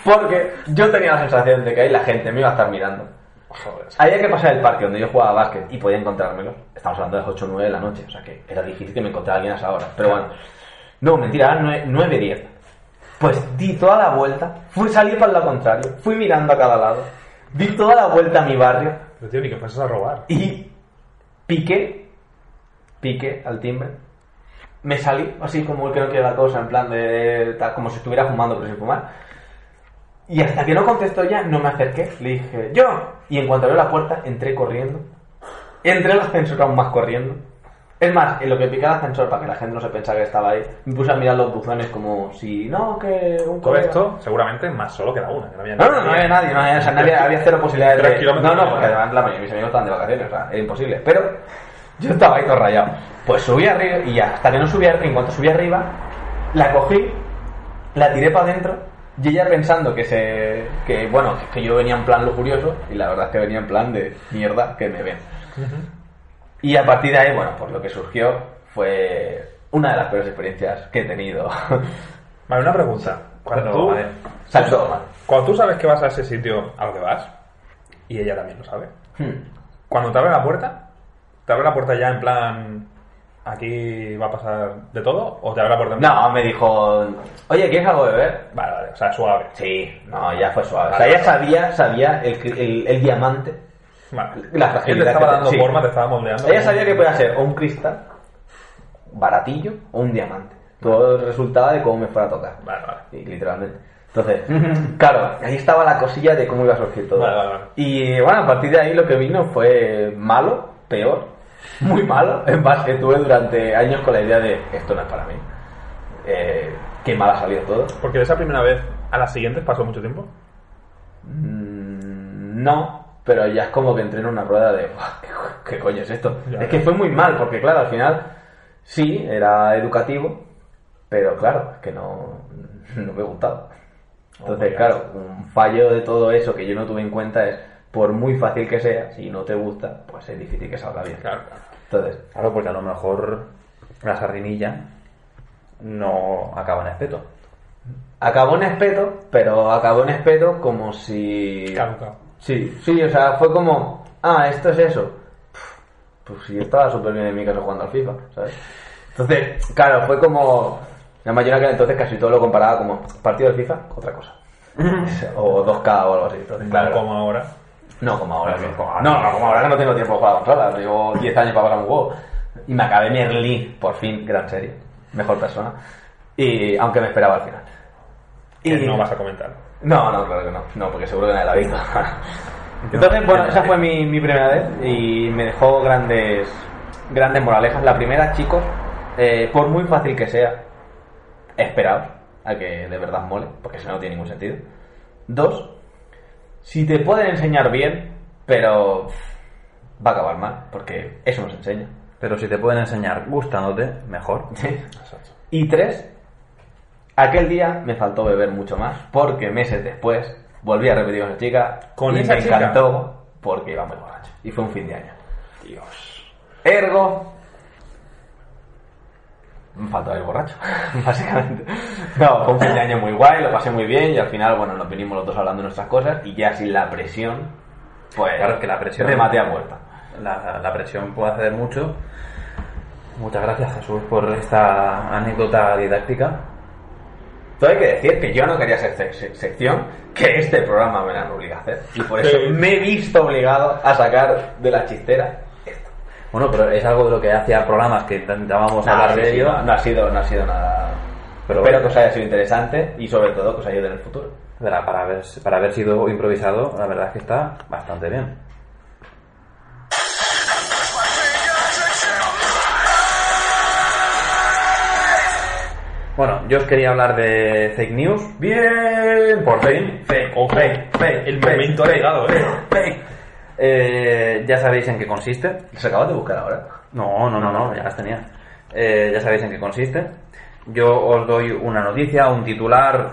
Speaker 3: Porque yo tenía la sensación de que ahí la gente me iba a estar mirando.
Speaker 4: Joder.
Speaker 3: Había que pasar el parque donde yo jugaba básquet y podía encontrármelo. Estamos hablando de las 8 o 9 de la noche, o sea que era difícil que me encontrara alguien a esa hora. Pero bueno, no, mentira, 9, 9 10. Pues di toda la vuelta, fui salir para el lado contrario, fui mirando a cada lado, di toda la vuelta a mi barrio
Speaker 4: No, tío, ni que fueses a robar.
Speaker 3: y piqué, piqué al timbre. Me salí, así como el que no quiere la cosa, en plan de. tal, como si estuviera fumando, pero sin fumar. Y hasta que no contestó ya, no me acerqué. Le dije, ¡yo! Y en cuanto abrió la puerta, entré corriendo. Entré al ascensor aún más corriendo. Es más, en lo que piqué el ascensor, para que la gente no se pensara que estaba ahí, me puse a mirar los buzones como si. No, que. Un
Speaker 4: Todo
Speaker 3: colega".
Speaker 4: esto, seguramente, más solo que la una. Que no había
Speaker 3: No, no, no había nadie, no había, o sea, no había, había cero posibilidades
Speaker 4: Tres
Speaker 3: de... No,
Speaker 4: kilómetros
Speaker 3: no,
Speaker 4: por
Speaker 3: porque
Speaker 4: hora.
Speaker 3: además la mayoría de mis amigos estaban de vacaciones, o sea, era imposible. Pero yo estaba ahí todo rayado. Pues subí arriba y ya, hasta que no subí arriba, en cuanto subí arriba, la cogí, la tiré para adentro y ella pensando que se... que bueno, que yo venía en plan lujurioso y la verdad es que venía en plan de mierda que me ven. Y a partir de ahí, bueno, pues lo que surgió fue una de las peores experiencias que he tenido.
Speaker 4: Vale, una pregunta. Cuando tú,
Speaker 2: vale.
Speaker 3: Saltó mal.
Speaker 4: cuando tú sabes que vas a ese sitio a lo que vas, y ella también lo sabe,
Speaker 3: Hmm.
Speaker 4: cuando te abre la puerta, ¿te abre la puerta ya en plan aquí va a pasar de todo? ¿O te abre la puerta en plan,
Speaker 3: No, me dijo, oye, ¿quieres algo de beber?
Speaker 4: Vale, vale, o sea, suave.
Speaker 3: Sí, no, ya fue suave. O sea, ella sabía, sabía el, el, el diamante.
Speaker 4: Vale.
Speaker 3: La
Speaker 4: Él
Speaker 3: fragilidad
Speaker 4: te
Speaker 3: que
Speaker 4: estaba
Speaker 3: te-
Speaker 4: dando
Speaker 3: sí.
Speaker 4: forma, te estaba moldeando.
Speaker 3: Ella sabía que podía ser o un cristal baratillo o un diamante. Todo resultaba de cómo me fuera a tocar.
Speaker 4: Vale, vale.
Speaker 3: Y literalmente. Entonces, claro, ahí estaba la cosilla de cómo iba a surgir todo.
Speaker 4: Vale, vale, vale.
Speaker 3: Y bueno, a partir de ahí lo que vino fue malo, peor, muy malo. En base, tuve durante años con la idea de esto no es para mí. Eh, qué mal ha salido todo.
Speaker 4: Porque de esa primera vez a las siguientes pasó mucho tiempo.
Speaker 3: Mm, No, pero ya es como que entré en una rueda de "Buah, ¿qué, co- qué coño es esto?
Speaker 4: Ya,
Speaker 3: es que
Speaker 4: ya.
Speaker 3: fue muy mal, porque claro, al final sí, era educativo, pero claro, es que no, no me gustaba. Entonces,
Speaker 4: Oh,
Speaker 3: claro, un fallo de todo eso que yo no tuve en cuenta es, por muy fácil que sea, si no te gusta, pues es difícil que salga bien.
Speaker 4: Claro.
Speaker 3: Entonces,
Speaker 2: Claro, porque a lo mejor la sardinilla no acaba en espeto.
Speaker 3: acabó en espeto, pero acabó en espeto como si...
Speaker 4: Caducado.
Speaker 3: Sí, sí, o sea, fue como, ah, esto es eso. Pues sí, yo estaba súper bien en mi caso jugando al FIFA, ¿sabes? Entonces, claro, fue como. La mayoría que entonces casi todo lo comparaba como partido del FIFA, otra cosa. o 2K o algo así. Entonces, claro.
Speaker 4: No como ahora.
Speaker 3: No como ahora.
Speaker 2: Claro,
Speaker 3: que-
Speaker 2: como ahora.
Speaker 3: No, no, como ahora que no tengo tiempo de jugar a la consola. Llevo 10 años para pagar un juego. Y me acabé Merlí, por fin, gran serie. Mejor persona. Y aunque me esperaba al final.
Speaker 4: Que no vas a comentar.
Speaker 3: No, no, claro que no. No, porque seguro que nadie la ha visto. Entonces, bueno, esa fue mi, mi primera vez y me dejó grandes, grandes moralejas. La primera, chicos, eh, por muy fácil que sea, esperaos a que de verdad mole, porque si no, no tiene ningún sentido. Dos, si te pueden enseñar bien, pero va a acabar mal, porque eso nos enseña.
Speaker 2: Pero si te pueden enseñar gustándote, mejor.
Speaker 4: Exacto.
Speaker 3: Y tres, aquel día me faltó beber mucho más, porque meses después volví a repetir con esa chica
Speaker 4: Con
Speaker 3: y
Speaker 4: esa
Speaker 3: me
Speaker 4: chica.
Speaker 3: encantó porque iba muy borracho. Y fue un fin de año. Dios. Ergo. Me faltó el borracho, básicamente. No, fue un fin de año muy guay, lo pasé muy bien y al final, bueno, nos vinimos los dos hablando de nuestras cosas y ya sin la presión, pues.
Speaker 2: Claro, es que la presión-
Speaker 3: Rematé a puerta.
Speaker 2: La, la presión puede hacer mucho. Muchas gracias, Jesús, por esta anécdota didáctica.
Speaker 3: Todo hay que decir que yo no quería ser sec- sec- sección, que este programa me la obliga a hacer. Y por eso
Speaker 4: Sí.
Speaker 3: me he visto obligado a sacar de la chistera.
Speaker 2: Bueno, pero es algo de lo que hacía programas que intentábamos
Speaker 3: Nada,
Speaker 2: hablar
Speaker 3: sí,
Speaker 2: de
Speaker 3: sí,
Speaker 2: ello.
Speaker 3: no, no ha sido, no ha sido nada.
Speaker 2: Pero
Speaker 3: Espero
Speaker 2: bueno.
Speaker 3: que os haya sido interesante y sobre todo que os ayude en el futuro.
Speaker 2: Verá, para haber, para haber sido improvisado, la verdad es que está bastante bien. Bueno, yo os quería hablar de fake news. Bien, por fin. Fake,
Speaker 4: Ojo,
Speaker 2: fake, fake.
Speaker 4: el momento ha llegado, ¿eh?
Speaker 2: fake. Eh, ya sabéis en qué consiste.
Speaker 3: ¿Se acabas de buscar ahora?
Speaker 2: No, no, no, no, ya las tenía. Eh, ya sabéis en qué consiste. Yo os doy una noticia, un titular.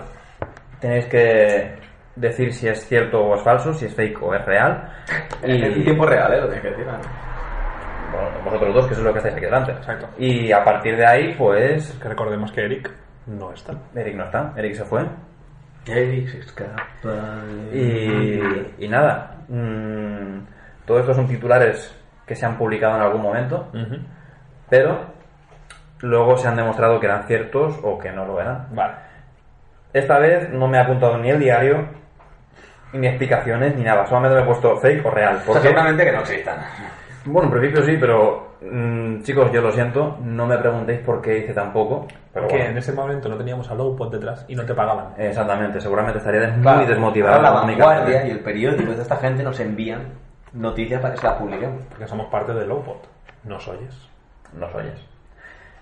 Speaker 2: Tenéis que decir si es cierto o es falso, si es fake o es real.
Speaker 3: En en tiempo real, ¿eh? Lo tienes que decir. ¿no?
Speaker 2: bueno, vosotros dos, que eso es lo que hacéis aquí delante.
Speaker 4: Exacto.
Speaker 2: Y a partir de ahí, pues.
Speaker 4: Que recordemos que Eric no está.
Speaker 2: Eric no está, Eric se fue.
Speaker 3: Eric se escapa.
Speaker 2: Y, y nada, mm, todo esto son titulares que se han publicado en algún momento, pero luego se han demostrado que eran ciertos o que no lo eran.
Speaker 4: Vale.
Speaker 2: Esta vez no me he apuntado ni el diario, ni explicaciones, ni nada. Solamente le he puesto fake o real.
Speaker 3: Pues
Speaker 2: Porque,
Speaker 3: seguramente que no existan.
Speaker 2: bueno, en principio sí, pero mm, chicos, yo lo siento, no me preguntéis por qué hice tampoco. Pero
Speaker 4: que
Speaker 2: bueno,
Speaker 4: en ese momento no teníamos a Lowpot detrás y no te pagaban.
Speaker 2: exactamente, seguramente estaría des-
Speaker 3: Claro,
Speaker 2: muy desmotivado.
Speaker 3: ahora La vanguardia y
Speaker 2: económicamente.
Speaker 3: el periódico de esta gente nos envían noticias para que se las publiquemos.
Speaker 4: Porque somos parte de Lowpot. Nos oyes.
Speaker 2: Nos oyes.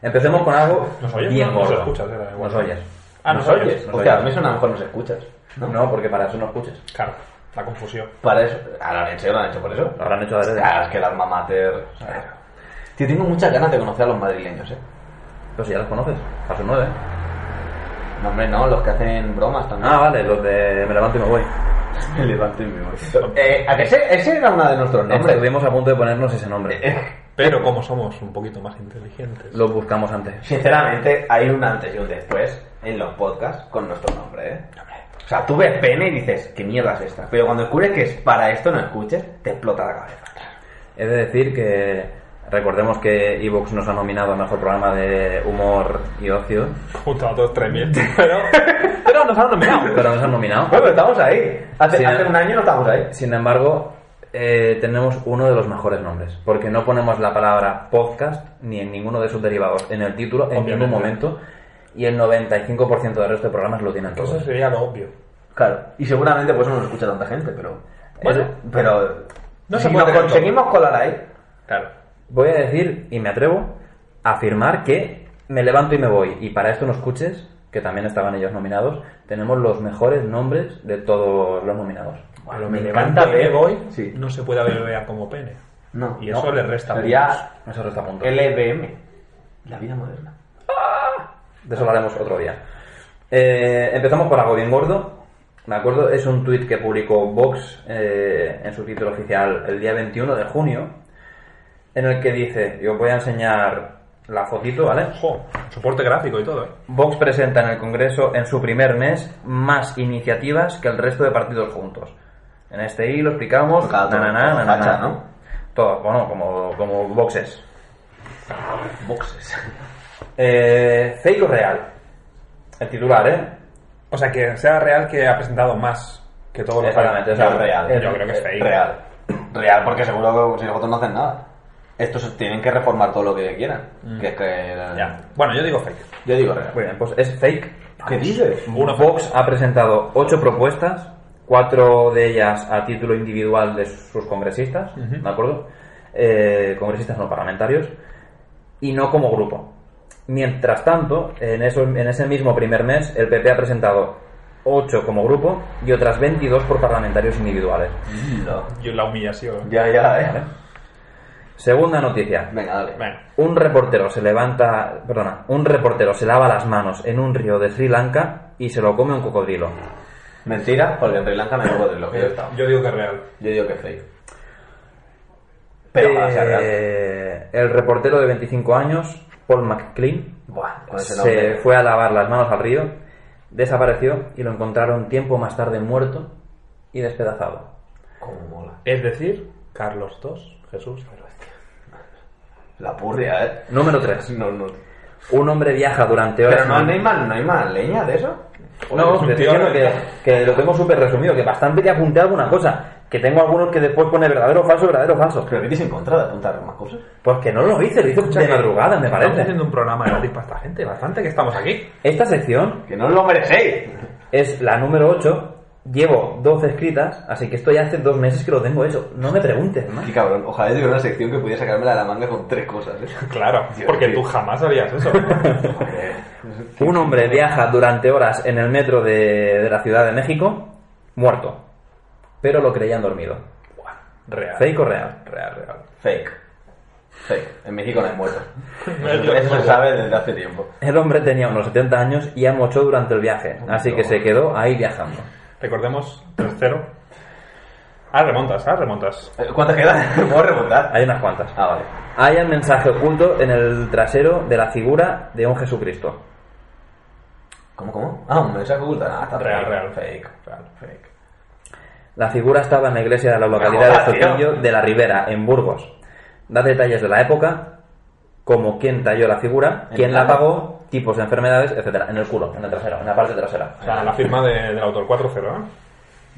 Speaker 2: Empecemos con algo
Speaker 4: ¿Nos oyes?
Speaker 2: bien
Speaker 4: No, nos
Speaker 2: gordo.
Speaker 4: escuchas, era igual.
Speaker 2: Nos oyes.
Speaker 4: Ah, nos, oyes.
Speaker 2: oyes.
Speaker 3: Hostia, a mí suena mejor nos escuchas.
Speaker 2: ¿No? porque para eso no escuches.
Speaker 4: Claro, la confusión.
Speaker 3: Para eso. Ah, lo han hecho, lo han hecho por eso.
Speaker 2: Lo habrán hecho adrede.
Speaker 3: Ah, es que el alma mater.
Speaker 4: Claro.
Speaker 3: Tío, tengo muchas ganas de conocer a los madrileños, eh.
Speaker 2: Pero si ya los conoces. A sus nueve.
Speaker 3: No, hombre, no, los que hacen bromas también.
Speaker 2: Ah, vale, los de me levanto y me voy.
Speaker 3: El levanto y me voy. Eh, ¿a que ese, ese era uno de nuestros nombres?
Speaker 2: Estuvimos a punto de ponernos ese nombre.
Speaker 4: Pero como somos un poquito más inteligentes.
Speaker 2: Lo buscamos antes.
Speaker 3: Sinceramente, hay un antes y un después en los podcasts con nuestro nombre, ¿eh? O sea, tú ves pene y dices, ¿qué mierda es esta? Pero cuando descubres que es para esto no escuches, te explota la cabeza.
Speaker 2: He de decir que recordemos que Evox nos ha nominado a mejor programa de humor y ocio.
Speaker 4: Junto a otros tres mil. Pero, pero nos han nominado.
Speaker 2: Pero nos han nominado.
Speaker 3: Bueno, estamos ahí. Hace,
Speaker 2: Sí,
Speaker 3: hace
Speaker 2: ¿no?
Speaker 3: un año no estamos ahí.
Speaker 2: Sin embargo, eh, tenemos uno de los mejores nombres. Porque no ponemos la palabra podcast ni en ninguno de sus derivados. En el título, en
Speaker 4: Obviamente.
Speaker 2: ningún momento. Y el 95% del resto de programas lo tienen
Speaker 4: Eso
Speaker 2: todos.
Speaker 4: sería lo obvio.
Speaker 3: Claro. Y seguramente por eso no nos escucha tanta gente, pero...
Speaker 4: Bueno.
Speaker 3: Eh, pero...
Speaker 4: No se
Speaker 3: si
Speaker 4: puede
Speaker 3: nos
Speaker 4: tener
Speaker 3: conseguimos colar ahí...
Speaker 4: Claro.
Speaker 2: Voy a decir, y me atrevo, a afirmar que me levanto y me voy. Y para esto no escuches, que también estaban ellos nominados, tenemos los mejores nombres de todos los nominados.
Speaker 4: Pero
Speaker 3: me
Speaker 4: me
Speaker 3: encanta
Speaker 4: levanto y me
Speaker 3: ver-
Speaker 4: voy.
Speaker 3: Sí.
Speaker 4: No se puede beber como pene.
Speaker 3: No.
Speaker 4: Y eso le resta
Speaker 3: Sería
Speaker 2: Eso resta punto.
Speaker 3: LBM. La vida moderna.
Speaker 2: De eso hablaremos otro día. Eh, empezamos por algo bien gordo. Me acuerdo, es un tuit que publicó Vox eh, en su título oficial el día 21 de junio, en el que dice, yo os voy a enseñar la fotito, ¿vale?
Speaker 4: Jo, soporte gráfico y todo, ¿eh?
Speaker 2: Vox presenta en el Congreso en su primer mes más iniciativas que el resto de partidos juntos. En este hilo explicamos...
Speaker 3: Cada todo,
Speaker 2: na, na, na, na, na,
Speaker 3: facha,
Speaker 2: na.
Speaker 3: ¿no?
Speaker 2: Todo, bueno, como, como boxes.
Speaker 3: Boxes.
Speaker 2: Eh, fake o real. El titular, ¿eh?
Speaker 4: O sea, que sea real que ha presentado más que todos los
Speaker 2: Exactamente,
Speaker 4: demás.
Speaker 2: o sea,
Speaker 4: Yo-
Speaker 3: real. Eh,
Speaker 4: Yo creo que es fake.
Speaker 3: Real. Real, porque seguro que si nosotros no hacen nada. Estos tienen que reformar todo lo que quieran. Que es que...
Speaker 4: Mm. Ya. Bueno, yo digo fake.
Speaker 3: Yo digo real.
Speaker 2: Muy bien, pues es fake.
Speaker 3: ¿Qué dices?
Speaker 4: Una
Speaker 2: Vox ha presentado ocho propuestas, cuatro de ellas a título individual de sus congresistas, ¿de acuerdo? Eh, congresistas no parlamentarios, y no como grupo. Mientras tanto, en, eso- en ese mismo primer mes, el PP ha presentado ocho como grupo y otras 22 por parlamentarios individuales.
Speaker 3: No.
Speaker 4: Yo la humillación.
Speaker 3: Ya, ya, eh.
Speaker 2: Segunda noticia.
Speaker 3: Venga, dale.
Speaker 4: Bueno,
Speaker 2: Un reportero se levanta, perdona, un reportero se lava las manos en un río de Sri Lanka y se lo come un cocodrilo.
Speaker 3: Mentira, porque en Sri Lanka no hay cocodrilo, que yo he estado.
Speaker 4: yo digo que es real.
Speaker 3: Yo digo que es fake. Pero ojalá sea real.
Speaker 2: Eh, el reportero de 25 años, Paul McClean,
Speaker 3: Buah, con
Speaker 2: se
Speaker 3: ese nombre.
Speaker 2: fue a lavar las manos al río, desapareció y lo encontraron tiempo más tarde muerto y despedazado.
Speaker 3: Cómo mola.
Speaker 4: Es decir, Carlos II, Jesús cero.
Speaker 3: La purria, eh.
Speaker 2: Número 3.
Speaker 3: No, no.
Speaker 2: Un hombre viaja durante
Speaker 3: Pero
Speaker 2: horas...
Speaker 3: no, no hay
Speaker 2: en-
Speaker 3: más, no hay más leña de eso.
Speaker 2: No,
Speaker 4: Es un
Speaker 2: te
Speaker 4: tío
Speaker 2: digo que,
Speaker 4: radical.
Speaker 2: que lo tengo súper resumido, que bastante que apunté alguna cosa, que tengo algunos que después pone verdadero, falso, verdadero, falso.
Speaker 3: Pero ¿qué te has encontrado de apuntar más cosas?
Speaker 2: Porque no lo hice, lo hice de
Speaker 4: que
Speaker 2: madrugada, me
Speaker 4: Estamos
Speaker 2: parece.
Speaker 4: haciendo un programa gratis para esta gente. Bastante que estamos aquí.
Speaker 2: Esta sección
Speaker 3: Que no lo merecéis.
Speaker 2: es la número 8. Llevo 12 escritas, así que esto ya hace dos meses que lo tengo hecho. No me preguntes, ¿no?
Speaker 3: Qué cabrón, ojalá yo tuviera una sección que pudiera sacármela de la manga con tres cosas, ¿eh?
Speaker 4: Claro,
Speaker 3: Dios
Speaker 4: porque
Speaker 3: mío.
Speaker 4: tú jamás harías eso.
Speaker 2: Un hombre viaja durante horas en el metro de, de la Ciudad de México, muerto. Pero lo creían dormido.
Speaker 4: Buah, real.
Speaker 2: Fake o real.
Speaker 4: Real, real.
Speaker 3: Fake. Fake. En México no hay muerto.
Speaker 4: Yo-
Speaker 3: Eso eso se sabe desde hace tiempo.
Speaker 2: El hombre tenía unos 70 años y amochó durante el viaje, así que se quedó ahí viajando.
Speaker 4: Recordemos, 3-0. Ah, remontas, ah, remontas.
Speaker 3: Eh, ¿Cuántas quedan? ¿Puedo rebotar?
Speaker 2: Hay unas cuantas. Ah, vale. Hay un mensaje oculto en el trasero de la figura de un Jesucristo.
Speaker 3: ¿Cómo, cómo? Ah, un mensaje oculto. Ah, está
Speaker 4: Real,
Speaker 3: fake,
Speaker 4: real.
Speaker 3: Fake, real, fake.
Speaker 2: La figura estaba en la iglesia de la localidad
Speaker 3: jodas,
Speaker 2: de Zotillo
Speaker 3: tío.
Speaker 2: de la Ribera, en Burgos. Da detalles de la época, como quién talló la figura,
Speaker 3: ¿En
Speaker 2: quién
Speaker 3: la
Speaker 2: la
Speaker 3: cara?
Speaker 2: pagó, tipos de enfermedades, etcétera, En el culo, en el trasero, en la parte trasera.
Speaker 4: O sea, la firma de- del autor, 4-0, ¿eh?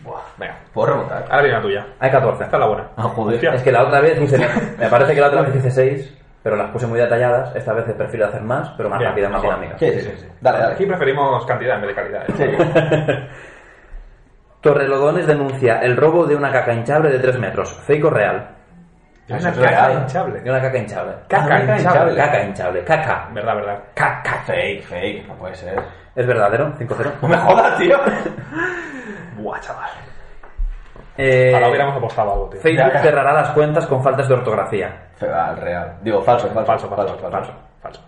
Speaker 3: Buah.
Speaker 4: Venga,
Speaker 3: ¿Puedo rebotar?
Speaker 4: ahora viene la tuya.
Speaker 2: Hay 14.
Speaker 4: Esta es la buena.
Speaker 3: Ah, joder.
Speaker 4: Hostia.
Speaker 2: Es que la otra vez hice, me parece que la otra vez hice 6, pero las puse muy detalladas. Esta vez prefiero hacer más, pero más
Speaker 4: Bien,
Speaker 2: rápidas, más
Speaker 4: mejor.
Speaker 2: dinámicas.
Speaker 3: Sí, sí, sí. sí.
Speaker 2: Ah.
Speaker 3: Dale, dale.
Speaker 4: Aquí preferimos cantidad en vez de calidad. ¿eh?
Speaker 2: Torrelodones denuncia el robo de una caca hinchable de 3 metros. Feico real.
Speaker 4: Es
Speaker 3: Eso
Speaker 4: una
Speaker 3: es
Speaker 4: caca
Speaker 3: real.
Speaker 4: hinchable.
Speaker 2: De una caca hinchable.
Speaker 4: Caca
Speaker 2: Ah, una
Speaker 4: hinchable.
Speaker 2: Caca hinchable. Caca.
Speaker 4: Verdad, verdad.
Speaker 3: Caca, fake, fake. No puede ser.
Speaker 2: ¿Es verdadero? 5-0.
Speaker 3: No me jodas, tío.
Speaker 4: Buah, chaval.
Speaker 2: Eh,
Speaker 4: Ahora hubiéramos apostado algo, tío.
Speaker 2: Facebook
Speaker 3: Ya.
Speaker 2: cerrará las cuentas con faltas de ortografía.
Speaker 3: Real, ah, real. Digo, falso, falso.
Speaker 4: Falso, falso, falso.
Speaker 3: falso.
Speaker 4: falso. falso.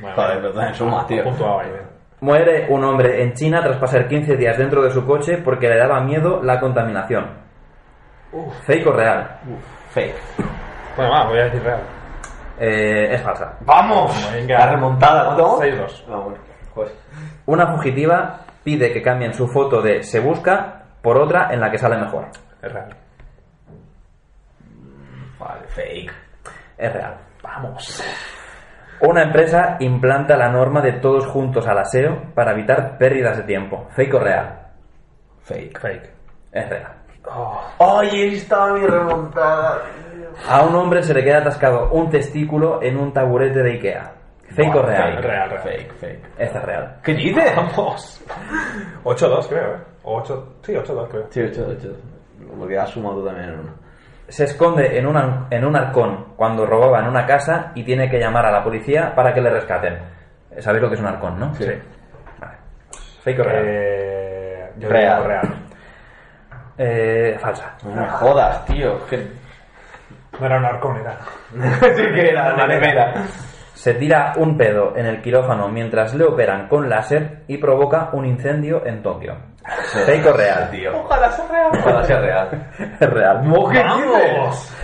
Speaker 4: Bueno,
Speaker 3: Joder,
Speaker 4: bien.
Speaker 3: perdón, en suma, tío.
Speaker 4: Puntuado ahí, bien.
Speaker 2: Muere un hombre en China tras pasar 15 días dentro de su coche porque le daba miedo la contaminación.
Speaker 4: Uf.
Speaker 2: Fake o real.
Speaker 3: Fake.
Speaker 4: Bueno, va, voy a decir real.
Speaker 2: Eh, es falsa.
Speaker 3: ¡Vamos!
Speaker 4: Venga.
Speaker 3: La remontada, ¿cuánto vamos?
Speaker 4: 6-2.
Speaker 3: Ah, bueno. Pues,
Speaker 2: Una fugitiva pide que cambien su foto de se busca por otra en la que sale mejor.
Speaker 4: Es real.
Speaker 3: vale, fake.
Speaker 2: Es real.
Speaker 4: Vamos.
Speaker 2: Una empresa implanta la norma de todos juntos al aseo para evitar pérdidas de tiempo. Fake o real.
Speaker 3: Fake.
Speaker 4: Fake.
Speaker 2: Es real.
Speaker 4: Oh,
Speaker 3: ¡Oye, estaba mi remontada! tío.
Speaker 2: A un hombre se le queda atascado un testículo en un taburete de Ikea. Fake o
Speaker 3: Buah,
Speaker 2: real.
Speaker 3: fake,
Speaker 4: Real, real.
Speaker 3: Fake, fake.
Speaker 2: Esta es real.
Speaker 3: ¿Qué dices?
Speaker 4: vamos. 8-2, creo, ¿eh? O 8... Sí, 8-2, creo.
Speaker 3: Sí, ocho, ocho. Porque has sumado tú también en uno.
Speaker 2: Se esconde en un, an- en un arcón cuando robaba en una casa y tiene que llamar a la policía para que le rescaten. Sabéis lo que es un arcón, ¿no?
Speaker 3: Sí.
Speaker 2: Vale. Fake o real.
Speaker 4: Eh, yo
Speaker 3: Real.
Speaker 4: digo real.
Speaker 2: Eh, falsa.
Speaker 3: No me jodas, tío. Que...
Speaker 4: No era un arcón, era...
Speaker 3: sí, que era la nevera.
Speaker 2: Se tira un pedo en el quirófano mientras le operan con láser y provoca un incendio en Tokio. Fake o real.
Speaker 3: tío.
Speaker 4: Ojalá sea real.
Speaker 3: Ojalá sea real.
Speaker 2: Es real.
Speaker 3: ¿Qué
Speaker 4: ¡Vamos!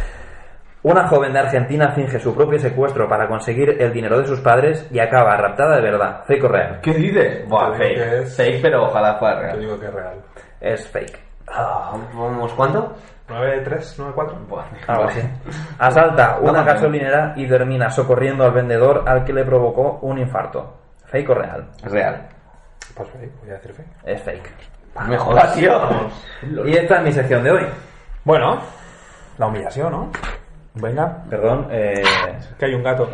Speaker 2: Una joven de Argentina finge su propio secuestro para conseguir el dinero de sus padres y acaba raptada de verdad. Fake o real.
Speaker 3: ¿Qué dices? Buah,
Speaker 4: Te digo que
Speaker 3: fake.
Speaker 4: es-
Speaker 3: Fake, pero ojalá fuera
Speaker 4: Yo
Speaker 3: real.
Speaker 4: digo que es real.
Speaker 2: Es fake.
Speaker 3: Ah, ¿Vamos cuánto?
Speaker 4: 9-3, 9-4.
Speaker 3: Buah,
Speaker 2: Algo así. Asalta
Speaker 3: No,
Speaker 2: una
Speaker 3: no, no.
Speaker 2: gasolinera y termina socorriendo al vendedor al que le provocó un infarto. Fake o real.
Speaker 3: Real.
Speaker 4: Pues fake, voy a decir fake.
Speaker 2: Es fake.
Speaker 3: No me jodas, tío.
Speaker 2: Y esta es mi sección de hoy.
Speaker 4: Bueno, la humillación, ¿no? Venga,
Speaker 2: Perdón, eh... ah,
Speaker 4: que hay un gato.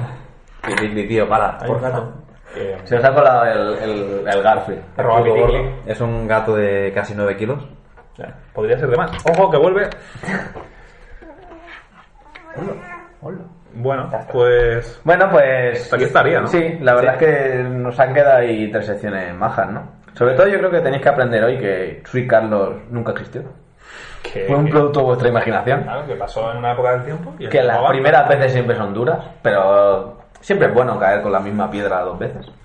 Speaker 3: Qué digni, tío, para.
Speaker 4: Hay
Speaker 3: por
Speaker 4: un gato.
Speaker 3: favor.
Speaker 4: Eh,
Speaker 3: Se nos ha colado el, el, el Garfield.
Speaker 4: Arroba
Speaker 2: Rudo
Speaker 4: Pitigli.
Speaker 2: Gordo. Es un gato de casi 9 kilos.
Speaker 4: ya, Podría ser de más. Ojo, que vuelve. Bueno, pues.
Speaker 3: Bueno, pues.
Speaker 4: Hasta aquí estaría, ¿no?
Speaker 3: Sí, la verdad es que nos han quedado ahí tres secciones majas, ¿no? Sobre todo yo creo que tenéis que aprender hoy que Sweet Carlos nunca existió.
Speaker 4: Que,
Speaker 3: Fue un producto de vuestra imaginación.
Speaker 4: claro, que pasó en una época del tiempo. Y el
Speaker 3: Que
Speaker 4: tiempo
Speaker 3: las
Speaker 4: va.
Speaker 3: primeras veces siempre son duras, pero siempre es bueno caer con la misma piedra dos veces.